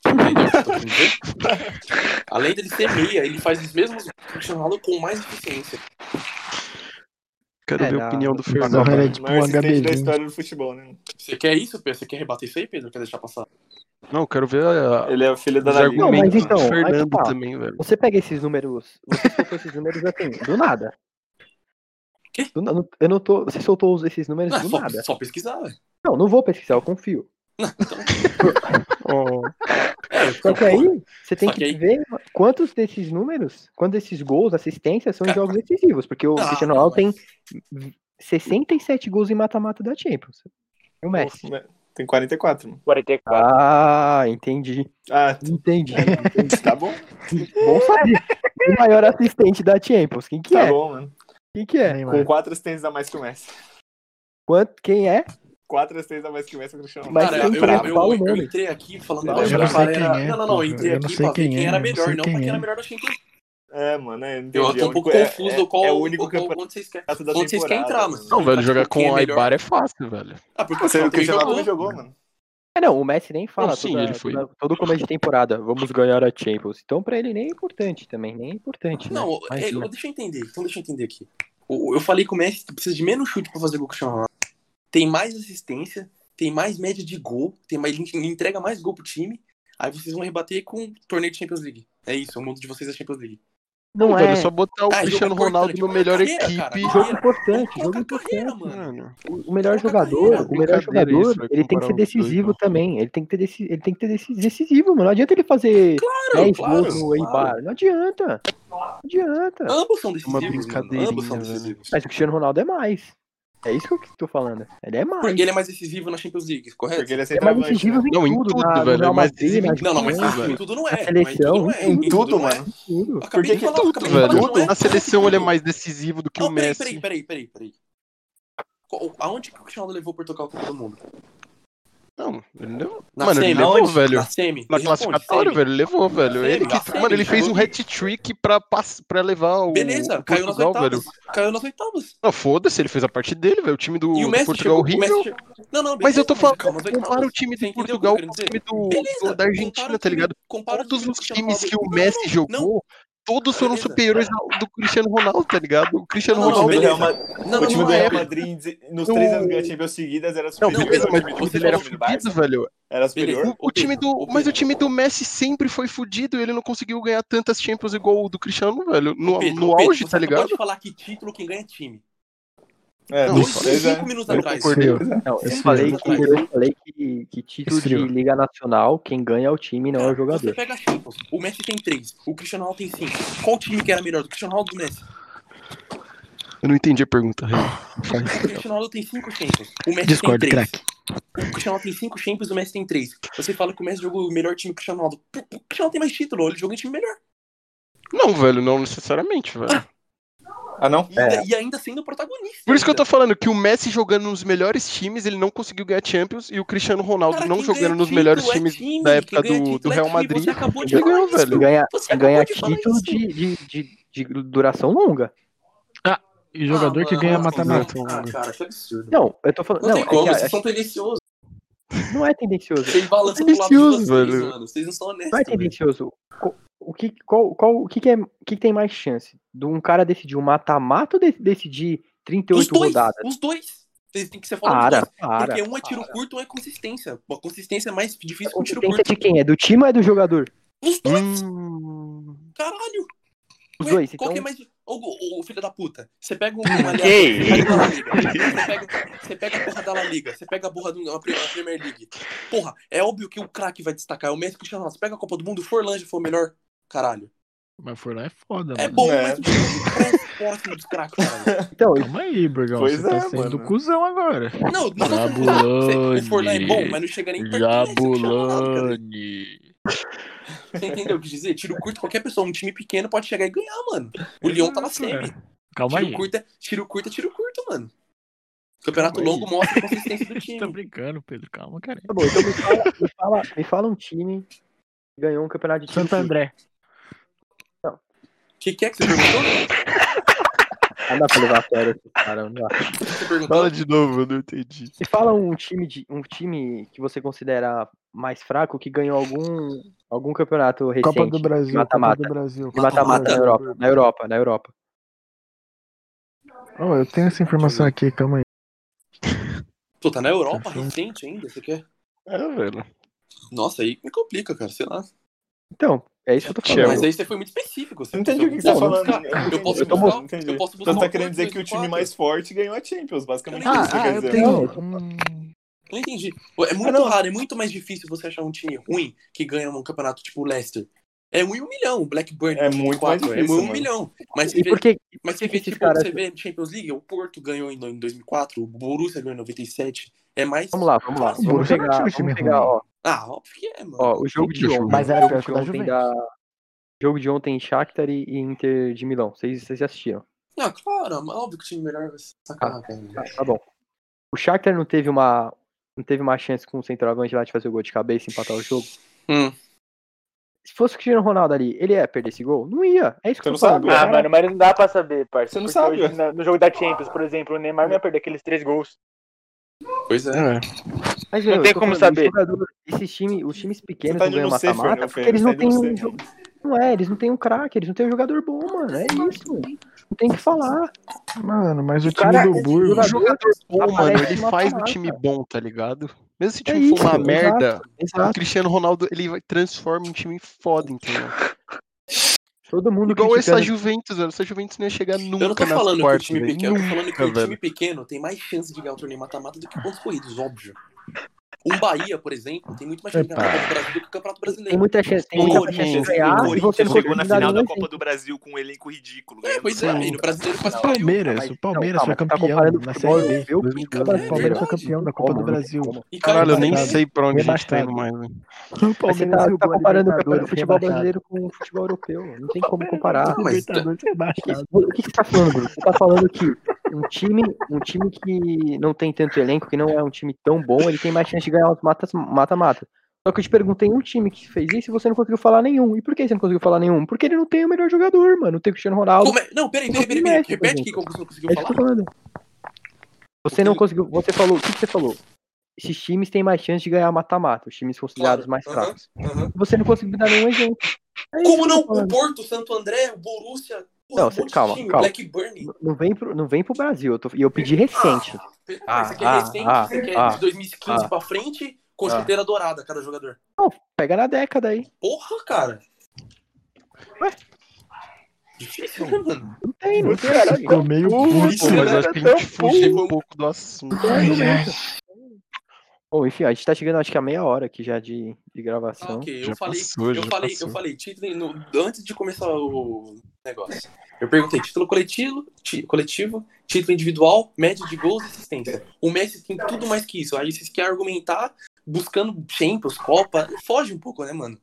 S4: Entendeu o que eu tô querendo dizer? Além dele ser meia, ele faz os mesmos gols que o Cristiano Ronaldo com mais eficiência.
S2: Quero
S1: É,
S2: ver
S1: não,
S2: a opinião do
S5: Essa
S2: Fernando.
S5: hora é tipo um
S3: Maior assistente da
S5: HB20.
S3: história do futebol, né?
S4: Você quer isso, Pedro? Você quer rebater isso aí, Pedro? Quer deixar passar?
S2: Não, eu quero ver a-
S3: Ele é o filho da
S2: os
S3: Dalí.
S1: Não, mas
S2: argumentos
S1: então,
S2: do
S1: aí que
S2: Fernando
S1: tá.
S2: também, velho.
S1: Você pega esses números, você soltou esses números assim, do nada.
S4: Quê?
S1: Do na- eu não tô, você soltou os- esses números
S4: Não,
S3: Ah,
S4: é
S1: do
S4: só,
S1: nada.
S4: só pesquisar, velho.
S1: Não, não vou pesquisar, eu confio.
S5: Ó,
S4: É,
S1: Só que aí, você tem
S4: Só que
S1: que
S4: aí-
S1: ver quantos desses números, quantos desses gols, assistências são em
S4: Cara,
S1: jogos decisivos, porque o
S4: Ah,
S1: Cristiano
S4: não,
S1: Ronaldo tem
S4: mas-
S1: 67 gols em mata-mata da Champions. E o Messi.
S3: Tem 44, mano.
S6: 44.
S1: Ah, entendi.
S3: Ah,
S1: Entendi.
S3: tá bom.
S1: Bom saber. O maior assistente da Champions, quem que
S3: Tá
S1: é?
S3: bom, mano.
S1: Quem que é?
S5: Neymar.
S3: Com quatro assistências a mais que o Messi.
S1: Quanto, quem é?
S3: Quatro assistências a mais que o Messi, o Cristiano
S1: Mas
S3: Ronaldo.
S4: cara,
S1: tem
S4: eu,
S1: pra-
S4: eu, eu,
S1: fala o
S4: eu
S1: nome.
S4: entrei aqui falando
S3: Eu
S4: pra
S3: não
S4: pra
S5: sei
S4: era-
S5: quem é,
S4: Não, não, não. Eu
S5: porra.
S4: entrei
S5: Eu não
S4: aqui
S5: sei
S4: pra ver
S5: quem
S4: quem
S5: é,
S4: era
S5: eu não
S4: melhor,
S5: sei
S4: não
S5: quem
S4: pra quem
S5: é.
S4: era melhor da Champions
S3: É, mano, é, entendi.
S4: Eu
S3: É
S4: tô
S3: o
S4: um pouco
S3: único- é-
S4: confuso
S3: é-
S4: do qual,
S3: É o único
S4: qual-
S3: campeonato
S4: onde vocês querem,
S3: da temporada.
S4: onde vocês querem entrar, mano.
S2: Não, velho, jogar
S4: Quem é
S2: com o
S4: melhor?
S2: Aibar é fácil, velho.
S4: Ah, porque
S3: Você, é o
S4: o
S3: Cristiano Ronaldo
S4: jogou.
S3: também jogou, mano.
S1: É, não, o Messi nem fala
S2: Não, sim,
S1: toda-
S2: ele foi.
S1: toda- todo começo de temporada, vamos ganhar a Champions. Então pra ele nem é importante também, nem é importante, né?
S4: Não, é,
S1: Imagina.
S4: eu- deixa eu entender. Então deixa eu entender aqui. O- Eu falei que o Messi precisa de menos chute pra fazer gol que o Cristiano Ronaldo. Tem mais assistência, tem mais média de gol, tem mais, ele entrega mais gol pro time. Aí vocês vão rebater com o torneio de Champions League. É isso, eu mundo de vocês é Champions League.
S1: Não
S2: velho,
S1: é.
S2: só botar o
S4: Ah, jogo
S2: Cristiano
S4: importante,
S2: Ronaldo no
S4: tipo,
S2: melhor
S4: carreira,
S2: equipe.
S4: cara,
S1: Jogo
S4: carreira.
S1: importante, jogo
S4: Coloca a carreira,
S1: importante.
S4: mano.
S2: Mano,
S1: O melhor
S4: Coloca a
S1: jogador, o
S4: carreira.
S1: melhor
S2: Brincadeira
S1: jogador,
S2: isso, vai
S1: ele tem que ser
S2: comparar os dois,
S1: decisivo
S2: não.
S1: também. Ele tem que ter deci- ele tem que ter deci- decisivo, mano. Não adianta ele fazer
S4: Claro,
S1: 10
S4: claro,
S1: gols no Eibar.
S4: claro.
S1: Não adianta. Não adianta.
S4: Ambos são
S2: Uma
S4: decisivos, mano.
S2: brincadeirinha,
S4: Ambos são
S2: velho.
S4: decisivos.
S1: Mas o Cristiano Ronaldo é mais. É isso que eu tô falando. Ele é mais.
S4: Porque ele é mais decisivo na Champions League, correto?
S3: Porque ele é
S1: Ele é mais
S3: centroavante.
S1: decisivo
S3: né?
S1: em
S2: Não, em
S1: tudo,
S2: tudo,
S1: na- no
S2: velho,
S1: Real
S2: é mais
S1: Madrid, na
S2: decisivo
S4: Não, não, mas
S1: Juventus,
S4: em tudo não é.
S1: Na
S4: mas
S1: seleção,
S4: tudo não é,
S1: em
S4: em
S3: tudo,
S4: não é.
S3: mano.
S1: tudo.
S4: Acabei
S3: Por que
S4: de
S3: que
S4: falar,
S3: tudo,
S4: acabei de falar que
S2: velho.
S4: não é.
S2: Na seleção ele é mais decisivo do que o
S4: Não, Oh, peraí,
S2: Messi.
S4: peraí, peraí, peraí, peraí. Qual- Aonde que o Cristiano levou Portugal Copa do Mundo?
S2: Não, ele levou.
S4: Na
S2: Mano,
S4: semi,
S2: ele levou,
S4: aonde?
S2: velho.
S4: Na semi.
S2: Na
S4: Me responde,
S2: classificatória,
S4: semi.
S2: velho, ele levou, velho.
S4: Sério?
S2: Ele que-
S4: Sério?
S2: mano, ele fez um hat-trick pra, pass- pra levar o
S4: Beleza,
S2: o
S4: caiu nas
S2: Portugal, velho.
S4: oitavas. Caiu nas oitavas.
S2: Não, foda-se, ele fez a parte dele, velho. O time do,
S4: E o
S2: do
S4: Messi
S2: Portugal é
S4: chegou, o Messi
S2: horrível.
S4: chegou- Não, não,
S2: Mas
S4: beleza,
S2: eu tô falando,
S4: calma, calma,
S2: compara o time
S4: Você entendeu
S2: do
S4: o que
S2: Portugal
S4: eu
S2: com o
S4: tô querendo
S2: time do,
S4: Beleza,
S2: do- da
S4: compara
S2: Argentina,
S4: o
S2: tá
S4: time-
S2: ligado?
S4: compara o
S2: Todos
S4: time
S2: os
S4: do Cristiano
S2: times que
S4: Ronaldo.
S2: o
S4: Não, não,
S2: Messi
S4: não, não,
S2: jogou, todos foram
S4: Beleza.
S2: superiores ao do Cristiano Ronaldo, tá ligado? O Cristiano
S4: Não, não,
S2: Ronaldo.
S3: o time do Real
S4: beleza.
S3: Madrid,
S4: Não,
S3: o time do
S4: não, não,
S3: Real
S4: não.
S3: Madrid nos três anos ganha Champions seguidas era
S2: Não,
S3: superior.
S2: beleza,
S3: ao
S2: mas
S3: time do
S2: o time
S4: você
S2: dele era
S4: falou
S3: time do Barça.
S2: fudido, velho.
S3: Era
S4: Beleza.
S3: superior.
S2: O, o time do, mas o time do Messi sempre foi fudido e ele não conseguiu ganhar tantas Champions igual o do Cristiano, velho. No,
S4: Pedro,
S2: no
S4: Pedro,
S2: auge,
S4: você
S2: tá
S4: não
S2: ligado?
S4: Pode falar que título quem ganha é time.
S3: É,
S2: Não,
S3: nos
S4: Dois,
S3: três
S4: cinco
S3: anos.
S4: minutos
S2: Eu
S4: atrás.
S2: concordei.
S1: Não, eu
S5: Esfriou.
S1: falei, que,
S4: Esfriou.
S1: eu falei que, que título
S5: Esfriou.
S1: de Liga Nacional, quem ganha é o time, não é o
S4: Você
S1: jogador.
S4: pega a Champions. O Messi tem três. O Cristiano Ronaldo tem cinco. Qual time que era melhor? Do Cristiano Ronaldo ou do Messi?
S2: Eu não entendi a pergunta. Rei.
S4: O Cristiano Ronaldo tem cinco Champions. O Messi
S5: Discordo,
S4: tem três.
S5: craque.
S4: O Cristiano Ronaldo tem cinco Champions, o Messi tem três. Você fala que o Messi jogou o melhor time que o Cristiano Ronaldo. Pô, O Cristiano Ronaldo tem mais título, ele jogou em time melhor.
S2: Não, velho, não necessariamente, velho.
S3: Ah, não?
S4: E, e ainda sendo protagonista.
S2: Por isso que eu
S4: ainda.
S2: tô falando que o Messi jogando nos melhores times, ele não conseguiu ganhar Champions e o Cristiano Ronaldo
S4: Cara,
S2: não
S4: quem
S2: jogando
S4: ganha
S2: nos
S4: título
S2: melhores
S4: é
S2: times
S4: time,
S2: da
S4: quem
S2: época
S4: ganha
S2: do,
S4: título
S2: do
S4: é
S2: Real
S4: time,
S2: Madrid.
S4: Você acabou de
S2: Ele
S4: falar
S2: ganhou,
S4: isso.
S2: velho.
S1: Ganha,
S4: Você acabou
S1: ganha
S4: de falar
S1: título
S4: isso.
S1: de, de, de, de duração longa.
S5: E jogador
S4: Ah,
S5: que
S4: mano,
S5: ganha
S4: ah,
S5: mata-mata.
S4: Ah, cara, que absurdo.
S1: Não, eu tô falando.
S4: Não,
S1: Não,
S4: tem
S1: é
S4: como,
S1: que a-
S4: vocês são tendenciosos.
S1: não é tendencioso.
S4: Vocês balançam pro lado de
S2: Tendencioso,
S4: vocês,
S2: velho.
S4: mano. Vocês não são honestos.
S1: Não é
S4: velho.
S1: tendencioso. Co- O que, qual, qual, o que, que, é, o que, que tem mais chance? De um cara decidir um mata-mata ou de, decidir
S4: Os
S1: 38
S4: dois,
S1: rodadas?
S4: os dois. Vocês têm que ser falando
S1: Para,
S4: dos dois.
S1: para.
S4: Porque um é tiro curto, um é consistência. A consistência é mais difícil que
S1: O
S4: o tiro
S1: tendência
S4: curto.
S1: de quem? É do time ou é do jogador?
S4: Os dois,
S2: Hum.
S4: caralho.
S1: Os
S4: Ué,
S1: dois,
S4: Qual
S1: então.
S4: que é mais. Ô, ô, filho da puta. Você pega um. um aliado,
S6: Que
S4: você pega uma Liga, você pega- Você pega a porra da La Liga. Você pega a porra do- da Pre- da Premier League. Porra, é óbvio que o craque vai destacar. É o Messi e o Cristiano Ronaldo. Você pega a Copa do Mundo, o Forlan já foi o melhor. Caralho.
S5: Mas foi lá é foda,
S4: É
S5: mano.
S4: bom,
S3: É.
S4: mas não chega aos pés. próximo dos craques, cara.
S1: Então, e
S5: Calma aí, Burgão.
S3: Pois
S5: Você tá
S3: é,
S5: sendo
S3: mano.
S5: cuzão agora.
S4: Não, não
S5: Jabulani.
S4: O Forlan é bom, mas não chega nem tá perto do Messi, não chega nada, cara.
S5: Jabulani.
S4: Você entendeu o que dizer? Tiro curto, qualquer pessoa, um time pequeno pode chegar e ganhar, mano. O Lyon tá na semi.
S5: Calma é. aí.
S4: Tiro curto, é- tiro curto é tiro curto, mano. Campeonato
S5: Calma aí.
S4: longo mostra a consistência do
S5: Tá
S4: time.
S5: brincando, Pedro. Calma, cara.
S1: tá bom, então me fala, me fala, me fala um time que ganhou um campeonato de tiro
S7: Tá,
S5: Santo
S1: curto.
S5: André.
S4: O que, que é que você perguntou?
S1: Não dá pra levar a sério esse cara, não dá.
S4: Você perguntou?
S2: Fala de novo, eu não entendi.
S1: Me fala um time, de, um time que você considera mais fraco que ganhou algum, algum campeonato recente.
S7: Copa do Brasil,
S1: mata-mata.
S7: Copa do Brasil.
S1: De mata-mata na Europa. Na Europa, na Europa.
S7: Oh, eu tenho essa informação aqui, calma aí.
S4: Pô, tá na Europa recente ainda, você quer?
S2: É, velho.
S4: Nossa, aí me complica, cara, sei lá.
S1: Então, é isso que eu tô
S2: Chelsea.
S1: falando.
S4: Mas aí você foi muito específico. Você
S3: Não entendi o que você
S4: Não,
S3: tá falando.
S4: cara,
S3: não entendi,
S4: Eu posso
S3: eu tô
S4: buscar,
S3: bom, entendi.
S4: eu posso buscar
S3: Então você tá
S4: uma
S3: querendo dizer
S4: coisa,
S3: que o
S4: dois,
S3: time
S4: quatro.
S3: mais forte ganhou a Champions, basicamente
S7: Ah,
S4: Ah,
S3: isso que você quer
S7: eu
S3: dizer.
S7: tenho. Hum,
S4: Entendi. É muito
S1: Ah,
S3: não.
S4: raro, é muito mais difícil você achar um time ruim que ganha um campeonato tipo o Leicester. É um em um milhão, o Blackburn.
S3: É
S4: um em
S3: muito
S4: quatro,
S3: mais
S4: É
S3: difícil,
S4: um em um
S3: mano.
S4: milhão. Mas você
S1: E
S4: vê,
S1: por que,
S4: mas
S1: por
S4: você
S1: que
S4: vê,
S1: esses
S4: tipo,
S1: caras-
S4: você vê Champions League, o Porto ganhou em em 2004, o Borussia ganhou em 97. É mais.
S1: Vamos lá, vamos lá.
S4: fácil.
S1: Vamos
S7: Borussia não é um
S1: pegar,
S7: time
S1: vamos
S7: ruim.
S1: pegar ó,
S4: Ah, óbvio que é, mano.
S1: ó, o jogo de ontem.
S7: Mas era
S1: o
S7: pior
S1: jogo
S7: que
S1: de
S7: o da
S1: ontem
S7: Juventus.
S1: da... o jogo de ontem, Shakhtar e, e Inter de Milão. Vocês, vocês assistiram?
S4: Não, Ah, claro, mas óbvio que o time melhor vai se sacar, cara.
S1: Tá, tá bom. O Shakhtar não teve uma não teve uma chance com o centroavante lá de fazer o gol de cabeça e empatar o jogo.
S4: Hum.
S1: Se fosse o Cristiano Ronaldo ali, ele ia perder esse gol? Não ia. É isso que
S3: Você
S1: eu
S3: não
S1: tô falando.
S3: sabe,
S6: Ah,
S3: Cara.
S6: mano, mas não dá pra saber, parça.
S3: Você não
S6: porque
S3: sabe,
S6: hoje, na- no jogo da Champions, por exemplo, o Neymar não ia perder aqueles três gols.
S4: Pois é.
S1: Mas,
S6: Não
S1: eu
S6: tem
S1: tô falando,
S6: como
S1: os
S6: saber.
S1: jogadores- esses time, os times
S3: Você
S1: pequenos
S3: tá
S1: não
S3: indo
S1: ganham
S3: no C,
S1: mata-mata
S3: Fernando,
S1: porque eles não
S3: Fernando,
S1: têm
S3: você tá
S1: um
S3: indo
S1: jogo.
S3: no C.
S1: Não é, eles não têm um craque, eles não têm um jogador bom, mano. É isso. Não tem que falar.
S7: Mano, mas o
S1: O
S7: time
S1: cara é
S7: do Burgos.
S2: O jogador bom, mano,
S1: aparece
S2: ele
S1: no
S2: faz o
S1: mata-mata.
S2: time bom, tá ligado? Mesmo se o
S1: É
S2: time for
S1: isso,
S2: uma
S1: exato,
S2: merda, o
S1: Exato.
S2: Cristiano Ronaldo ele vai- transforma um time em foda, entendeu?
S1: Todo mundo
S2: Igual essa
S1: criticando
S2: Juventus, velho. Essa Juventus não ia chegar nunca
S4: Eu
S1: é
S4: não tô
S2: nas
S4: falando
S2: quartas,
S4: que o time pequeno,
S2: velho.
S4: eu tô falando que
S2: Nunca,
S4: o time pequeno tem mais chance de ganhar o torneio mata-mata do que pontos corridos, óbvio. Um Bahia, por exemplo, tem muito mais chance de ganhar o Campeonato Brasileiro do que o Campeonato
S1: Tem
S4: Brasileiro.
S1: muita chance, tem muita chance de
S4: Corinthians,
S1: ganhar. E você não
S3: chegou
S1: conseguiu
S3: na
S1: dar
S3: final da
S1: nenhum
S3: Copa
S1: exemplo.
S3: do Brasil com um elenco ridículo.
S4: É,
S3: ganhando
S4: pois é,
S3: tudo.
S4: e no brasileiro
S3: Não,
S4: classificou.
S7: Palmeiras,
S1: Mas,
S7: o Palmeiras
S1: não,
S7: foi
S1: calma, tá
S7: campeão
S1: comparando
S7: na
S1: futebol
S7: Série B.
S1: europeu com
S7: O Palmeiras foi
S4: verdade.
S7: campeão da Copa
S1: Copa,
S7: do
S1: não tem
S7: Brasil.
S1: como.
S4: E caiu
S2: Caralho, eu
S4: pra
S2: nem
S4: trás.
S2: sei pra onde a gente tá
S7: Rebaixado.
S2: indo mais, velho.
S7: O
S1: Mas você tá, tá
S7: jogou a
S1: comparando o campeonato
S7: Libertadores,
S1: do futebol
S7: rebaixado.
S1: brasileiro com o futebol europeu. Não tem como comparar.
S4: Não, mas-
S7: Libertadores é rebaixado.
S1: O que que você tá falando, Bruno? Você tá falando que um time, um time que não tem tanto elenco, que não é um time tão bom, ele tem mais chance de ganhar os matas- mata-mata. Só que eu te perguntei um time que fez isso e você não conseguiu falar nenhum. E por que você não conseguiu falar nenhum? Porque ele não tem o melhor jogador, mano. Não tem o Cristiano Ronaldo.
S4: Como é? Não, peraí, peraí, peraí, peraí. repete o que você não conseguiu
S1: É isso que eu
S4: falar.
S1: tô falando. Você
S4: que
S1: não
S4: ele-
S1: conseguiu. Você falou. O que que você falou? Esses times têm mais chance de ganhar mata-mata, os times considerados
S4: Claro,
S1: mais
S4: aham,
S1: fracos.
S4: aham.
S1: Você não conseguiu dar nenhum exemplo. É isso que
S4: Como
S1: eu tô
S4: não? O
S1: falando.
S4: Porto, o Santo André, o Borussia, porra,
S1: Não,
S4: um
S1: você-
S4: monte de
S1: calma,
S4: time,
S1: calma.
S4: Blackburn.
S1: Não vem pro, não vem pro Brasil. eu tô- E eu, pedi recente.
S4: Peraí,
S1: Ah,
S4: Você quer
S1: ah,
S4: recente,
S1: ah,
S4: você quer
S1: ah,
S4: de 2015
S1: ah.
S4: pra frente, com chuteira dourada cada jogador.
S1: Pega na década aí.
S4: Porra, cara.
S1: Ué?
S4: Difícil, né, mano?
S1: Não tem, não
S7: é
S1: tem.
S7: Ficou meio
S2: Pô,
S7: puto.
S1: é
S2: mas acho que a gente fugiu um pouco do assunto.
S1: Bom, enfim, a gente tá chegando acho que a meia hora aqui já de, de gravação.
S4: Ah, ok, eu
S2: Já
S4: falei,
S2: passou,
S4: eu
S2: já
S4: falei,
S2: passou.
S4: eu falei título no- antes de começar o negócio. Eu perguntei título coletivo, ti- coletivo, título individual, média de gols e assistência. O Messi tem tudo mais que isso. Aí vocês querem argumentar buscando Champions, Copa, foge um pouco, né, mano?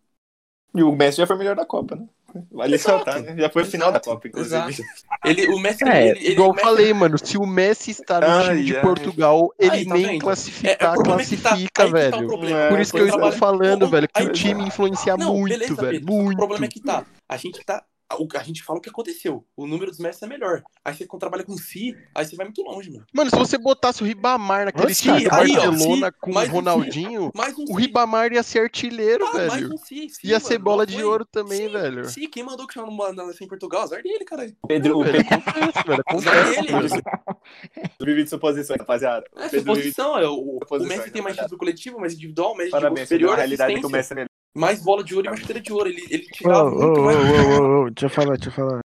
S3: E o Messi já foi melhor da Copa, né? Vale
S4: Exato.
S3: ressaltar, né? Já foi final da
S4: Exato,
S3: Copa, inclusive.
S4: Exato. Ele, o Messi,
S1: É,
S4: ele, ele-
S2: Igual
S4: o
S2: eu
S4: Messi-
S2: falei, mano, se o Messi está no time
S3: Ai,
S2: de
S3: ai.
S2: Portugal, ele
S4: Aí, tá
S2: nem
S4: vendo?
S2: classificar,
S4: é, é, o problema é que tá,
S2: classifica,
S4: aí que tá o
S2: velho.
S4: problema.
S2: Por isso que eu estou
S4: Trabalha-
S2: falando, velho, que
S4: Aí- tá?
S2: o time influencia
S4: Não,
S2: muito,
S4: beleza,
S2: velho.
S4: Pedro. O
S2: Muito.
S4: problema é que tá. A gente tá. A, a gente fala o que aconteceu. O número dos mestres é melhor. Aí você trabalha com si, aí você vai muito longe, mano.
S2: Mano, se você botasse o Ribamar naquele
S4: Nossa,
S2: time do
S4: aí, ó,
S2: Barcelona
S4: sim,
S2: com
S4: mais
S2: o
S4: um
S2: Ronaldinho,
S4: Mais um si.
S2: o Ribamar ia ser artilheiro,
S4: Ah, mais
S2: velho.
S4: um si, si,
S2: Ia
S4: mano.
S2: ser bola
S4: Não
S2: de
S4: foi?
S2: ouro também,
S4: Sim,
S2: velho.
S4: Si, quem mandou que chama uma nascer assim em Portugal? Azar dele, cara.
S3: Pedro, o
S2: Velho,
S3: Pedro
S2: Acontece, velho.
S4: Azar
S2: Acontece.
S4: dele.
S3: vive de suposições, rapaziada.
S4: É
S3: Pedro vive de
S4: suposição. É, o, o
S3: Suposição,
S4: Messi tem mais
S3: é verdade.
S4: título coletivo, mais individual, mais de gol
S3: parabéns pela
S4: superior,
S3: realidade que o
S4: assistência,
S3: Messi é melhor.
S4: mais bola de ouro e mais chuteira de ouro. Ele, ele
S7: Ô, ô,
S4: tirava muito
S7: ô,
S4: mais.
S7: ô, ô, ô, deixa eu falar, deixa eu falar.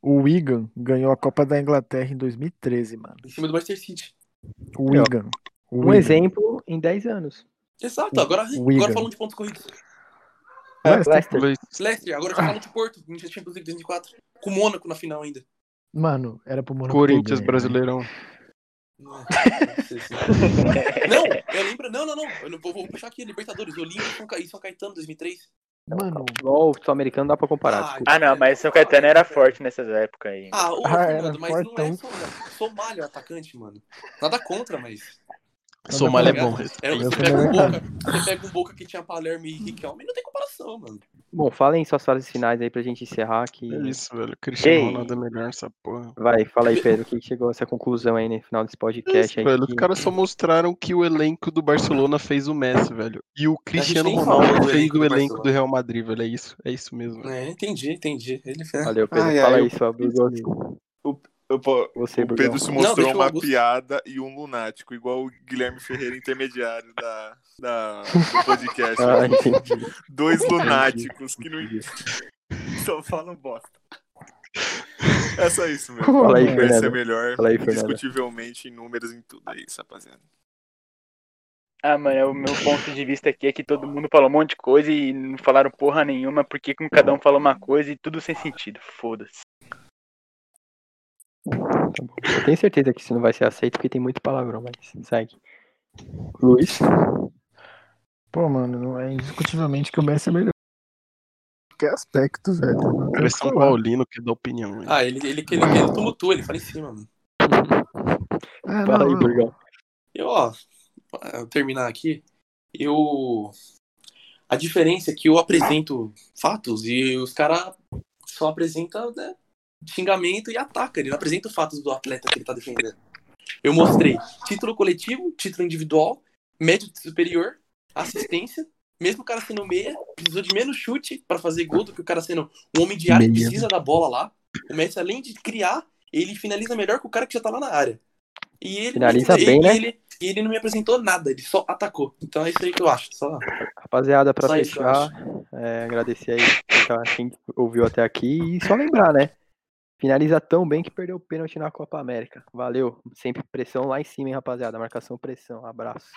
S7: O Wigan ganhou a Copa da Inglaterra em 2013, mano.
S4: Em cima do Manchester City.
S7: O
S1: Meu,
S7: Wigan. O
S1: Um
S7: Wigan.
S1: exemplo em 10 anos.
S4: Exato, agora, agora
S7: Wigan.
S4: falando de pontos corridos.
S7: Mas,
S1: Leicester.
S4: Leicester, agora já falando de Porto, no Champions League 2004, com o Mônaco na final ainda.
S7: Mano, era pro Mônaco.
S5: Corinthians
S7: perder, né?
S5: Brasileirão.
S4: Nossa, não, eu lembro. Não, não, não. Eu não vou, vou puxar aqui. Libertadores, Olímpia e São Ca- e São Caetano 2003.
S7: Mano,
S1: LOL, sul-americano dá pra comparar.
S4: Ah,
S1: desculpa.
S6: Ah, não, mas São Caetano era forte nessas épocas aí.
S4: Ah, ô,
S7: Ah,
S4: Fernando,
S7: era
S4: mas não é
S7: fortão.
S4: Somália. Somália é o atacante, mano. Nada contra, mas.
S2: Somália é
S4: ligado?
S2: bom.
S4: Era,
S7: Eu
S4: você,
S7: fui
S4: pega um
S7: libertado.
S4: Boca, você pega um Boca que tinha Palermo e Riquelme, não tem comparação, mano.
S1: Bom, falem suas fases finais aí pra gente encerrar que.
S2: É isso, velho. Cristiano
S6: Ei.
S2: Ronaldo é melhor essa porra.
S1: Vai, fala aí, Pedro, o que que chegou a essa conclusão aí no final desse
S2: É
S1: podcast
S2: isso,
S1: aí?
S2: velho.
S1: que-
S2: Os caras só mostraram que o elenco do Barcelona fez o Messi, velho. E o Cristiano
S4: nem falou
S2: Ronaldo
S4: do
S2: fez
S4: elenco
S2: o
S4: do
S2: elenco do
S4: Barcelona.
S2: Real Madrid, velho. É isso, é isso mesmo. velho.
S4: É, entendi, entendi. Ele fez.
S1: Valeu, Pedro.
S3: Ai, ai,
S1: fala
S3: eu-
S1: aí, sua Burgos.
S3: Eu po-
S1: Você,
S3: o
S1: Burgão.
S3: Pedro se
S4: Não, deixa
S3: mostrou
S4: o
S3: uma
S4: Augusto.
S3: piada e um lunático, igual o Guilherme Ferreira, intermediário da, da- do podcast.
S1: Ah, entendi.
S3: Dois lunáticos que não só falam bosta. É só isso, meu.
S1: Fala aí,
S3: Vai ser
S1: Fernando.
S3: melhor,
S1: Fala aí, Fernando.
S3: indiscutivelmente, em números, em tudo. É isso, rapaziada.
S6: Ah, mano, o meu ponto de vista aqui é que todo mundo falou um monte de coisa e não falaram porra nenhuma, porque como cada um falou uma coisa e tudo sem sentido. Foda-se.
S1: Eu tenho certeza que isso não vai ser aceito porque tem muito palavrão, mas segue. Luiz?
S7: pô, mano, não é indiscutivelmente que o Messi é melhor. Que aspecto, velho. Não tem
S2: O cara é
S7: o que
S2: São
S7: falar.
S2: Paulino que dá opinião, velho.
S4: Ah, ele, ele, ele, ele, tumultua, ele fala em cima, mano.
S7: Ah,
S1: Fala
S7: não,
S1: aí,
S7: não.
S1: Burgão.
S4: Eu, ó, pra eu terminar aqui, eu. A diferença é que eu apresento fatos e os caras só apresentam né, xingamento e ataca. Ele não apresenta os fatos do atleta que ele tá defendendo. Eu mostrei título coletivo, título individual, médio superior, assistência. Mesmo o cara sendo meia, precisou de menos chute pra fazer gol do que o cara sendo um homem de área que
S7: Meia.
S4: precisa da bola lá. O Messi, além de criar, ele finaliza melhor que o cara que já tá lá na área. E ele,
S1: Finaliza
S4: ele-
S1: bem, né?
S4: ele- e ele não me apresentou nada, ele só atacou. Então é isso aí que eu acho. Só...
S1: Rapaziada, pra
S4: Só isso, eu
S1: fechar, é, agradecer aí pra quem ouviu até aqui e só lembrar, né? Finaliza tão bem que perdeu o pênalti na Copa América. Valeu. Sempre pressão lá em cima, hein, rapaziada? Marcação, pressão. Abraço.